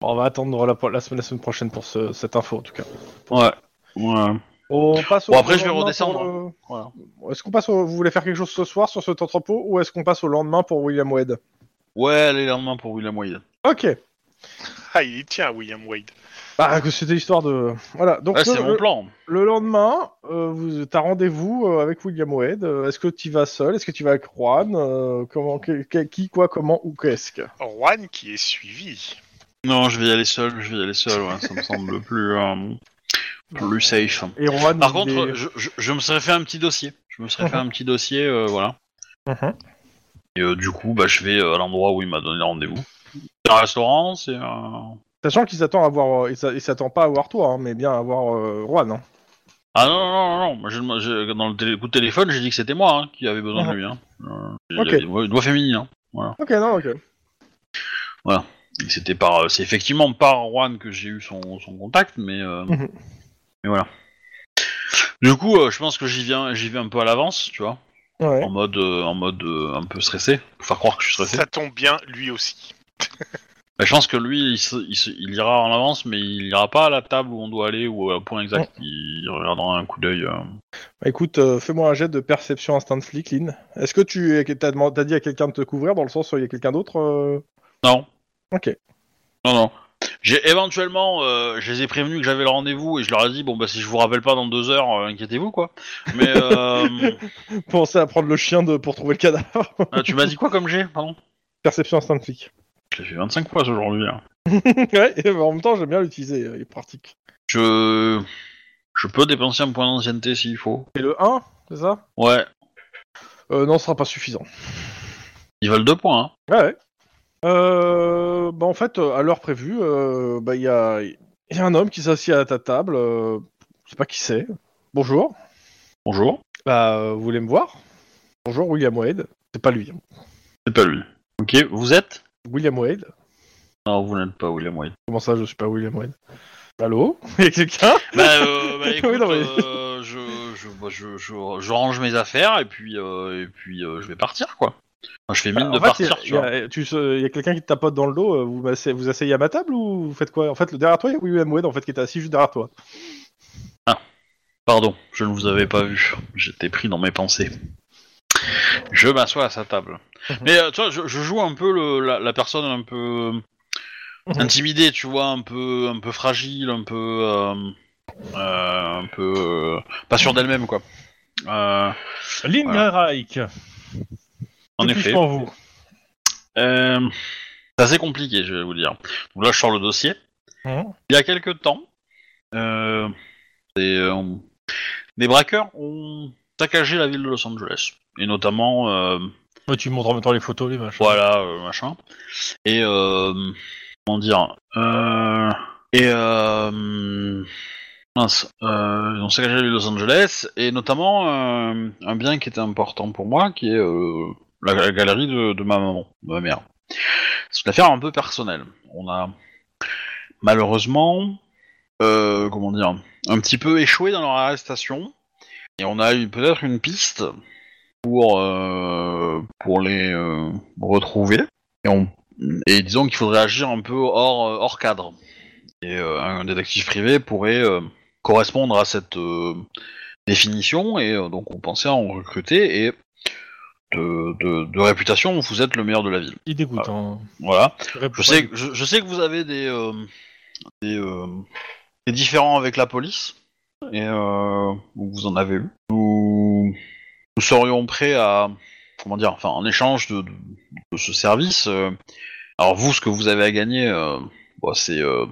S4: on va attendre la, la semaine, la semaine prochaine pour ce- cette info en tout cas.
S2: hein. Ouais. Ouais.
S4: On passe au
S2: Bon, après, je vais
S4: lendemain
S2: redescendre,
S4: pour le- Est-ce qu'on passe au- Vous voulez faire quelque chose ce soir sur cet entrepôt ou est-ce qu'on passe au lendemain pour William Wade
S2: Ouais, allez, lendemain pour William Wade.
S4: Ok.
S1: Ah, il y tient, William Wade.
S4: Bah que c'était l'histoire de. Voilà. Donc
S2: Ouais,
S4: le-
S2: Ah, c'est
S4: le-
S2: mon plan.
S4: Le lendemain, euh, vous- t'as rendez-vous euh, avec William Wade. Euh, Est-ce que tu vas seul Est-ce que tu vas avec Juan Euh, Comment que- que- Qui, quoi, comment ou qu'est-ce que
S1: Juan qui est suivi.
S2: Non, je vais y aller seul, je vais y aller seul, ouais, ça me semble plus, euh, plus safe.
S4: Et Juan.
S2: Par
S4: il
S2: contre, euh,
S4: est-
S2: je, je- je me serais fait un petit dossier. Je me serais fait un petit dossier, euh, voilà.
S4: Mhm.
S2: Et euh, du coup, bah, je vais euh, à l'endroit où il m'a donné rendez-vous. C'est un restaurant, c'est euh, un...
S4: sachant qu'il s'attend à voir, euh, il s'a- il s'attend pas à voir toi, hein, mais bien à voir euh, Juan. hein.
S2: Ah non, non, non, non, moi, je- moi, je- dans le télé- coup de téléphone, j'ai dit que c'était moi hein, qui avait besoin de lui. Hein. Euh, il
S4: Ok.
S2: avait une voix- une voix féminine. Hein.
S4: Ok, non, ok.
S2: Et C'était par, euh, c'est effectivement par Juan que j'ai eu son, son contact, mais, euh,
S4: Mhm.
S2: mais voilà. Du coup, euh, je pense que j'y viens, j'y vais un peu à l'avance, tu vois,
S4: Ouais.
S2: en mode, euh, en mode euh, un peu stressé, pour faire croire que je suis stressé.
S1: Ça tombe bien, lui aussi.
S2: Bah, je pense que lui, il, se- il se- il ira en avance, mais il ira pas à la table où on doit aller ou au point exact. Il regardera un coup d'œil. euh.
S4: Bah, écoute, euh, fais-moi un jet de perception instinct de flic, Lynn. Est-ce que tu es- t'as demand- t'as dit à quelqu'un de te couvrir dans le sens où il y a quelqu'un d'autre euh
S2: Non.
S4: Ok.
S2: Non, non. J'ai éventuellement, euh, je les ai prévenus que j'avais le rendez-vous et je leur ai dit bon bah si je vous rappelle pas dans deux heures, euh, inquiétez-vous quoi. Mais euh,
S4: Pensez à prendre le chien de... pour trouver le cadavre.
S2: ah, tu m'as dit quoi comme j'ai Pardon.
S4: perception instinct de flic.
S2: Je l'ai fait 25 fois aujourd'hui. hein.
S4: ouais, et, bah, en même temps, j'aime bien l'utiliser, euh, il est pratique.
S2: Je je peux dépenser un point d'ancienneté s'il faut.
S4: C'est le 1, c'est ça
S2: Ouais.
S4: Euh, non, ce sera pas suffisant.
S2: Ils valent deux points. hein.
S4: Ouais, ouais. Euh, bah, en fait, euh, à l'heure prévue, euh, bah, il y, a, il y a un homme qui s'assied à ta table. euh, je sais pas qui c'est. Bonjour.
S2: Bonjour.
S4: Bah, euh, vous voulez me voir Bonjour, William Wade. C'est pas lui. hein.
S2: C'est pas lui. Ok. Vous êtes
S4: William Wade.
S2: Non, vous n'êtes pas William White.
S4: Comment ça, je suis pas William Wade Allô Il y a quelqu'un
S2: Bah, euh, bah, écoute,
S4: Oui, non, mais-
S2: euh, je, je, bah, je, je- je range mes affaires et puis, euh, et puis euh, je vais partir, quoi. Enfin, je fais mine
S4: Bah, En
S2: de
S4: fait,
S2: partir,
S4: il
S2: tu
S4: y
S2: vois.
S4: a, tu sais, il y a quelqu'un qui te tapote dans le dos. euh, Vous, m'asseyez- vous asseyez à ma table ou vous faites quoi En fait, le derrière toi, il y a William Wade en fait, qui était assis juste derrière toi.
S2: Pardon, je ne vous avais pas vu. J'étais pris dans mes pensées. Je m'assois à sa table. Mais euh, tu vois, je, je joue un peu le- la, la personne un peu euh,
S4: Mhm.
S2: intimidée, tu vois, un peu, un peu fragile, un peu, euh, euh, un peu euh, pas sûre d'elle-même, quoi. Euh,
S4: Lynn Reich.
S2: en effet.
S4: vous.
S2: Euh, c'est assez compliqué, je vais vous dire. Donc là, je sors le dossier.
S4: Mhm.
S2: Il y a quelques temps, euh, des, euh, des braqueurs ont saccagé la ville de Los Angeles. Et notamment, euh,
S4: Ouais, tu montres en même temps les photos, les machins.
S2: voilà, euh, machin. Et, euh, comment dire euh, Et, euh, mince, euh, ils ont saccagé la ville de Los Angeles. Et notamment, euh, un bien qui était important pour moi, qui est euh, la, la galerie de, de ma maman, de ma mère. C'est une affaire un peu personnelle. On a malheureusement, euh, comment dire, un petit peu échoué dans leur arrestation. Et on a eu peut-être une piste pour, euh, pour les euh, retrouver. Et, on, et disons qu'il faudrait agir un peu hors, euh, hors cadre. Et euh, un détective privé pourrait euh, correspondre à cette euh, définition. Et euh, donc on pensait à en recruter. Et de, de, de réputation, vous êtes le meilleur de la ville.
S4: Il dégoûte. hein.
S2: Voilà. Je
S4: Réponse.
S2: sais, que- je, je sais que vous avez des, euh, des, euh, des différends avec la police, et euh, vous en avez eu. Nous, nous serions prêts à, comment dire, enfin, en échange de, de- de ce service. euh, alors vous, ce que vous avez à gagner, euh, bon, c'est, euh,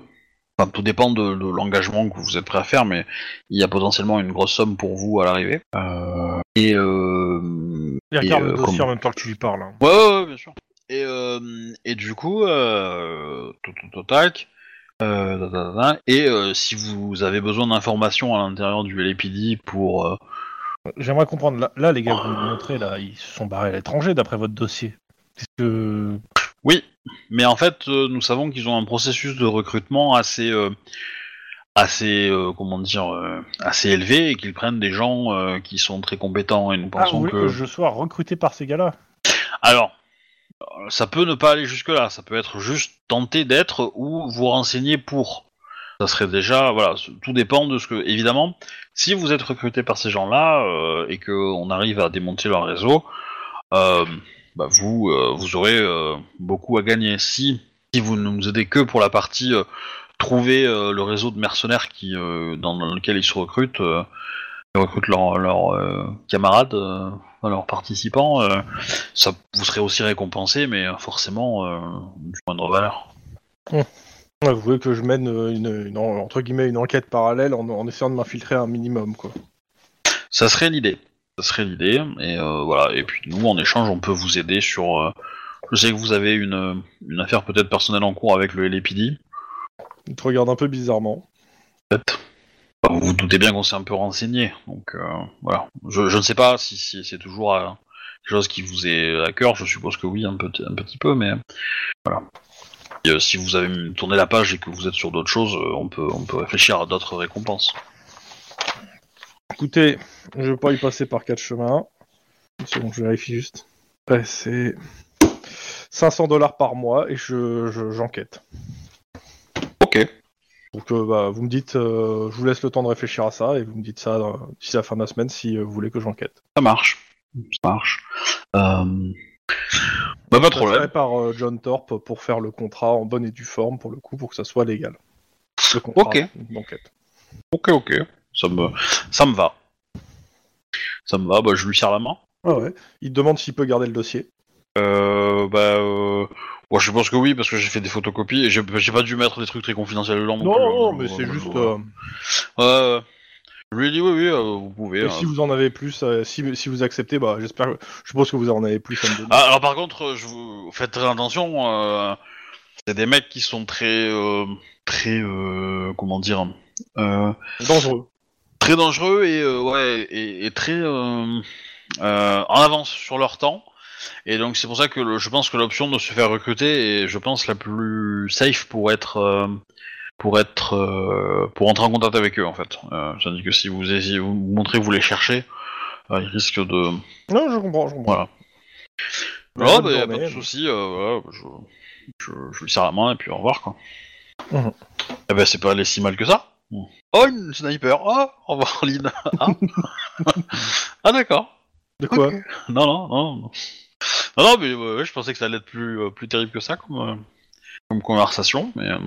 S2: enfin, tout dépend de, de l'engagement que vous êtes prêt à faire, mais il y a potentiellement une grosse somme pour vous à l'arrivée. Euh, et euh,
S4: Il
S2: et,
S4: regarde
S2: euh,
S4: le dossier
S2: comme-
S4: en même temps que tu lui parles. hein.
S2: Ouais, ouais, ouais, bien sûr. Et, euh, et du coup, euh, tout, tout, tout, tac, euh, da, da, da, da. et euh, si vous avez besoin d'informations à l'intérieur du LAPD pour... euh,
S4: J'aimerais comprendre. Là, là, les gars, que vous me montrez, là, ils se sont barrés à l'étranger d'après votre dossier. Parce que
S2: Oui, mais en fait, euh, nous savons qu'ils ont un processus de recrutement assez... euh, assez euh, comment dire euh, assez élevé et qu'ils prennent des gens euh, qui sont très compétents et nous
S4: ah,
S2: pensons
S4: vous voulez
S2: que
S4: que je sois recruté par ces gars-là
S2: Alors, euh, ça peut ne pas aller jusque-là, ça peut être juste tenter d'être ou vous renseigner pour. Ça serait déjà, voilà, ce- tout dépend de ce que. Évidemment, si vous êtes recruté par ces gens-là euh, et que on arrive à démonter leur réseau, euh, bah vous, euh, vous aurez euh, beaucoup à gagner. Si, si vous ne nous aidez que pour la partie euh, trouver euh, le réseau de mercenaires qui, euh, dans lequel ils se recrutent, euh, ils recrutent leurs leurs, euh, camarades, euh, enfin, leurs participants. euh, ça vous serez aussi récompensé, mais euh, forcément euh, du moindre valeur.
S4: Ouais, Vous voulez que je mène euh, une, une- entre guillemets une enquête parallèle en, en essayant de m'infiltrer un minimum quoi.
S2: Ça serait l'idée. Ça serait l'idée, et euh, voilà. Et puis nous, en échange, on peut vous aider sur. euh, je sais que vous avez une, euh, une affaire peut-être personnelle en cours avec le LAPD.
S4: Ils te regardent un peu bizarrement.
S2: Peut-être. Enfin, Vous vous doutez bien qu'on s'est un peu renseigné, donc euh, voilà. Je, je ne sais pas si, si c'est toujours euh, quelque chose qui vous est à cœur. Je suppose que oui, un petit, un petit peu, mais voilà. Et, euh, si vous avez tourné la page et que vous êtes sur d'autres choses, euh, on peut, on peut réfléchir à d'autres récompenses.
S4: Écoutez, je vais pas y passer par quatre chemins. Une seconde, je vérifie juste. Ouais, c'est 500 dollars par mois et je je- j'enquête.
S2: Ok.
S4: Donc euh, bah, vous me dites, euh, je vous laisse le temps de réfléchir à ça et vous me dites ça euh, d'ici la fin de la semaine si euh, vous voulez que j'enquête.
S2: Ça marche. Ça marche. Euh, Bah, pas de
S4: Ça serait
S2: problème.
S4: par euh, John Thorpe pour faire le contrat en bonne et due forme pour le coup pour que ça soit légal. Le contrat
S2: Ok.
S4: d'enquête.
S2: Ok, ok. Ça me, ça me va. Ça me va, bah, je lui serre la main.
S4: Ah ouais. Il te demande s'il peut garder le dossier.
S2: Euh, bah, euh... bon, je pense que oui, parce que j'ai fait des photocopies et j'ai j'ai pas dû mettre des trucs très confidentiels dedans.
S4: Non,
S2: plus,
S4: non,
S2: hein.
S4: Oh, mais c'est
S2: Euh,
S4: juste.
S2: euh,
S4: euh,
S2: euh, je lui ai dit oui, oui, euh, vous pouvez.
S4: et
S2: euh.
S4: si vous en avez plus, euh, si, si vous acceptez, bah j'espère. que- Je suppose que vous en avez plus. à me donner.
S2: Ah, alors par contre, je vous faites très attention. euh, C'est des mecs qui sont très, euh, très, euh, comment dire, euh,
S4: Dangereux.
S2: très dangereux et euh, ouais et, et très euh, euh, en avance sur leur temps. Et donc c'est pour ça que le- je pense que l'option de se faire recruter est, je pense, la plus safe pour être euh, pour être euh, pour entrer en contact avec eux en fait. Euh, tandis que si vous essayez- vous montrez que vous les cherchez, euh, ils risquent de
S4: Non, je comprends, je comprends.
S2: voilà.
S4: Bonne
S2: Non, bah, y a
S4: journée.
S2: pas de souci. euh, voilà, je, je, je lui serre la main et puis au revoir quoi.
S4: Mhm.
S2: Eh ben c'est pas allé si mal que ça. Oh une sniper. Oh au revoir Lynn. Ah, Ah, d'accord.
S4: De quoi
S2: Non non non non. Non, non, mais ouais, ouais, je pensais que ça allait être plus euh, plus terrible que ça comme euh, comme conversation mais. euh,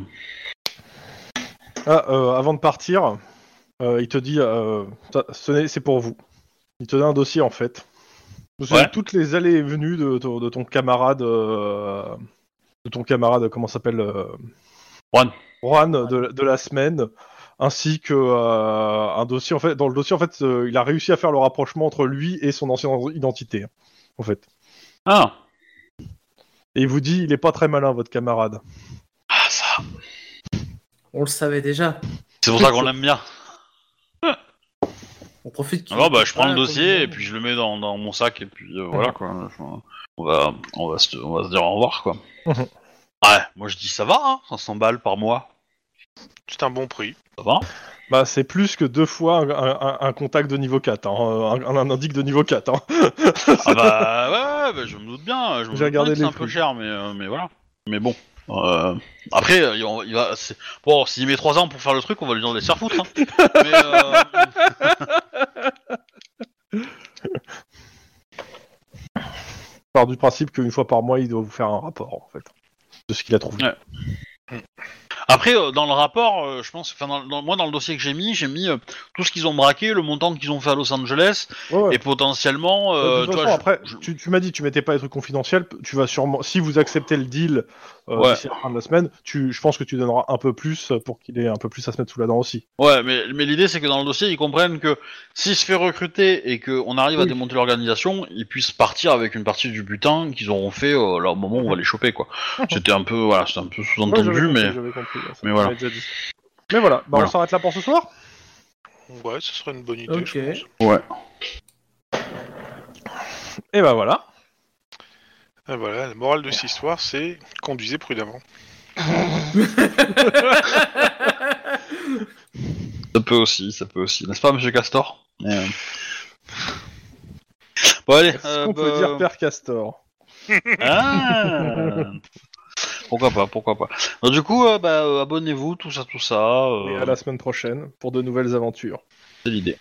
S4: Ah, euh, avant de partir, euh, il te dit, euh, ça- tenez, c'est pour vous. Il te donne un dossier en fait. C'est
S2: Ouais.
S4: toutes les allées et venues de, ton- de ton camarade, euh, de ton camarade, comment s'appelle euh,
S2: Juan.
S4: Juan de, de la semaine, ainsi que euh, un dossier en fait. Dans le dossier en fait, euh, il a réussi à faire le rapprochement entre lui et son ancienne identité, hein, en fait.
S2: Ah.
S4: Et il vous dit, il est pas très malin votre camarade.
S2: ah ça.
S3: On le savait déjà.
S2: C'est pour ça qu'on l'aime bien.
S3: On profite. qu'il-
S2: Alors bah je prends le
S3: Ah,
S2: dossier et
S3: comme-
S2: puis je le mets dans, dans mon sac et puis euh, voilà quoi. Enfin, on va on va se, on va se dire au revoir quoi.
S4: Mhm.
S2: ouais, moi je dis ça va, hein, 500 balles par mois,
S1: C'est un bon prix.
S2: ça va.
S4: Bah, c'est plus que deux fois un, un- un contact de niveau 4, hein, un, un indique de niveau 4. hein.
S2: Ah bah ouais, ouais, bah, je me doute bien. Je me
S4: J'ai
S2: doute bien
S4: regardé
S2: que c'est
S4: les
S2: un peu
S4: prix.
S2: cher, mais, euh, mais voilà. Mais bon. euh, Après, euh, il va- il va. c'est- Bon, s'il met 3 ans pour faire le truc, on va lui demander de se faire foutre. hein. Mais, euh,
S4: part du principe qu'une fois par mois, il doit vous faire un rapport, en fait, de ce qu'il a trouvé.
S2: Ouais. Après, euh, dans le rapport, euh, je pense, enfin, dans- dans- moi, dans le dossier que j'ai mis, j'ai mis euh, tout ce qu'ils ont braqué, le montant qu'ils ont fait à Los Angeles,
S4: Ouais, ouais.
S2: et potentiellement,
S4: Euh,
S2: euh,
S4: de toute
S2: toi,
S4: façon,
S2: je-
S4: après,
S2: je-
S4: tu, tu m'as dit, tu mettais pas les trucs confidentiels. Tu vas sûrement, si vous acceptez le deal euh,
S2: Ouais.
S4: d'ici la fin de la semaine, tu, je pense que tu donneras un peu plus pour qu'il ait un peu plus à se mettre sous la dent aussi.
S2: ouais, mais, mais l'idée, c'est que dans le dossier, ils comprennent que s'ils se fait recruter et qu'on arrive à
S4: Oui.
S2: démonter l'organisation, ils puissent partir avec une partie du butin qu'ils auront fait euh, là, au moment où on va les choper, quoi. C'était un peu, voilà, c'était un peu
S4: Ouais, j'avais
S2: sous-entendu,
S4: compris,
S2: mais.
S4: j'avais compris, ouais, ça,
S2: mais
S4: tu
S2: voilà.
S4: m'avais déjà dit. Mais voilà, bah,
S2: Voilà.
S4: on s'arrête là pour ce soir.
S1: Ouais, ce serait une bonne idée,
S3: Ok.
S1: je pense.
S4: Et bah voilà.
S1: Ah, voilà, la morale de cette histoire, c'est conduisez prudemment.
S2: Ça peut aussi, ça peut aussi, n'est-ce pas, monsieur Castor Mais, euh, Bon, allez.
S4: Est-ce
S2: euh,
S4: qu'on peut
S2: bah,
S4: dire Père Castor
S2: Ah Pourquoi pas, pourquoi pas. Donc, du coup, euh, bah, euh, abonnez-vous, tout ça, tout ça. euh,
S4: Et à la semaine prochaine pour de nouvelles aventures.
S2: C'est l'idée.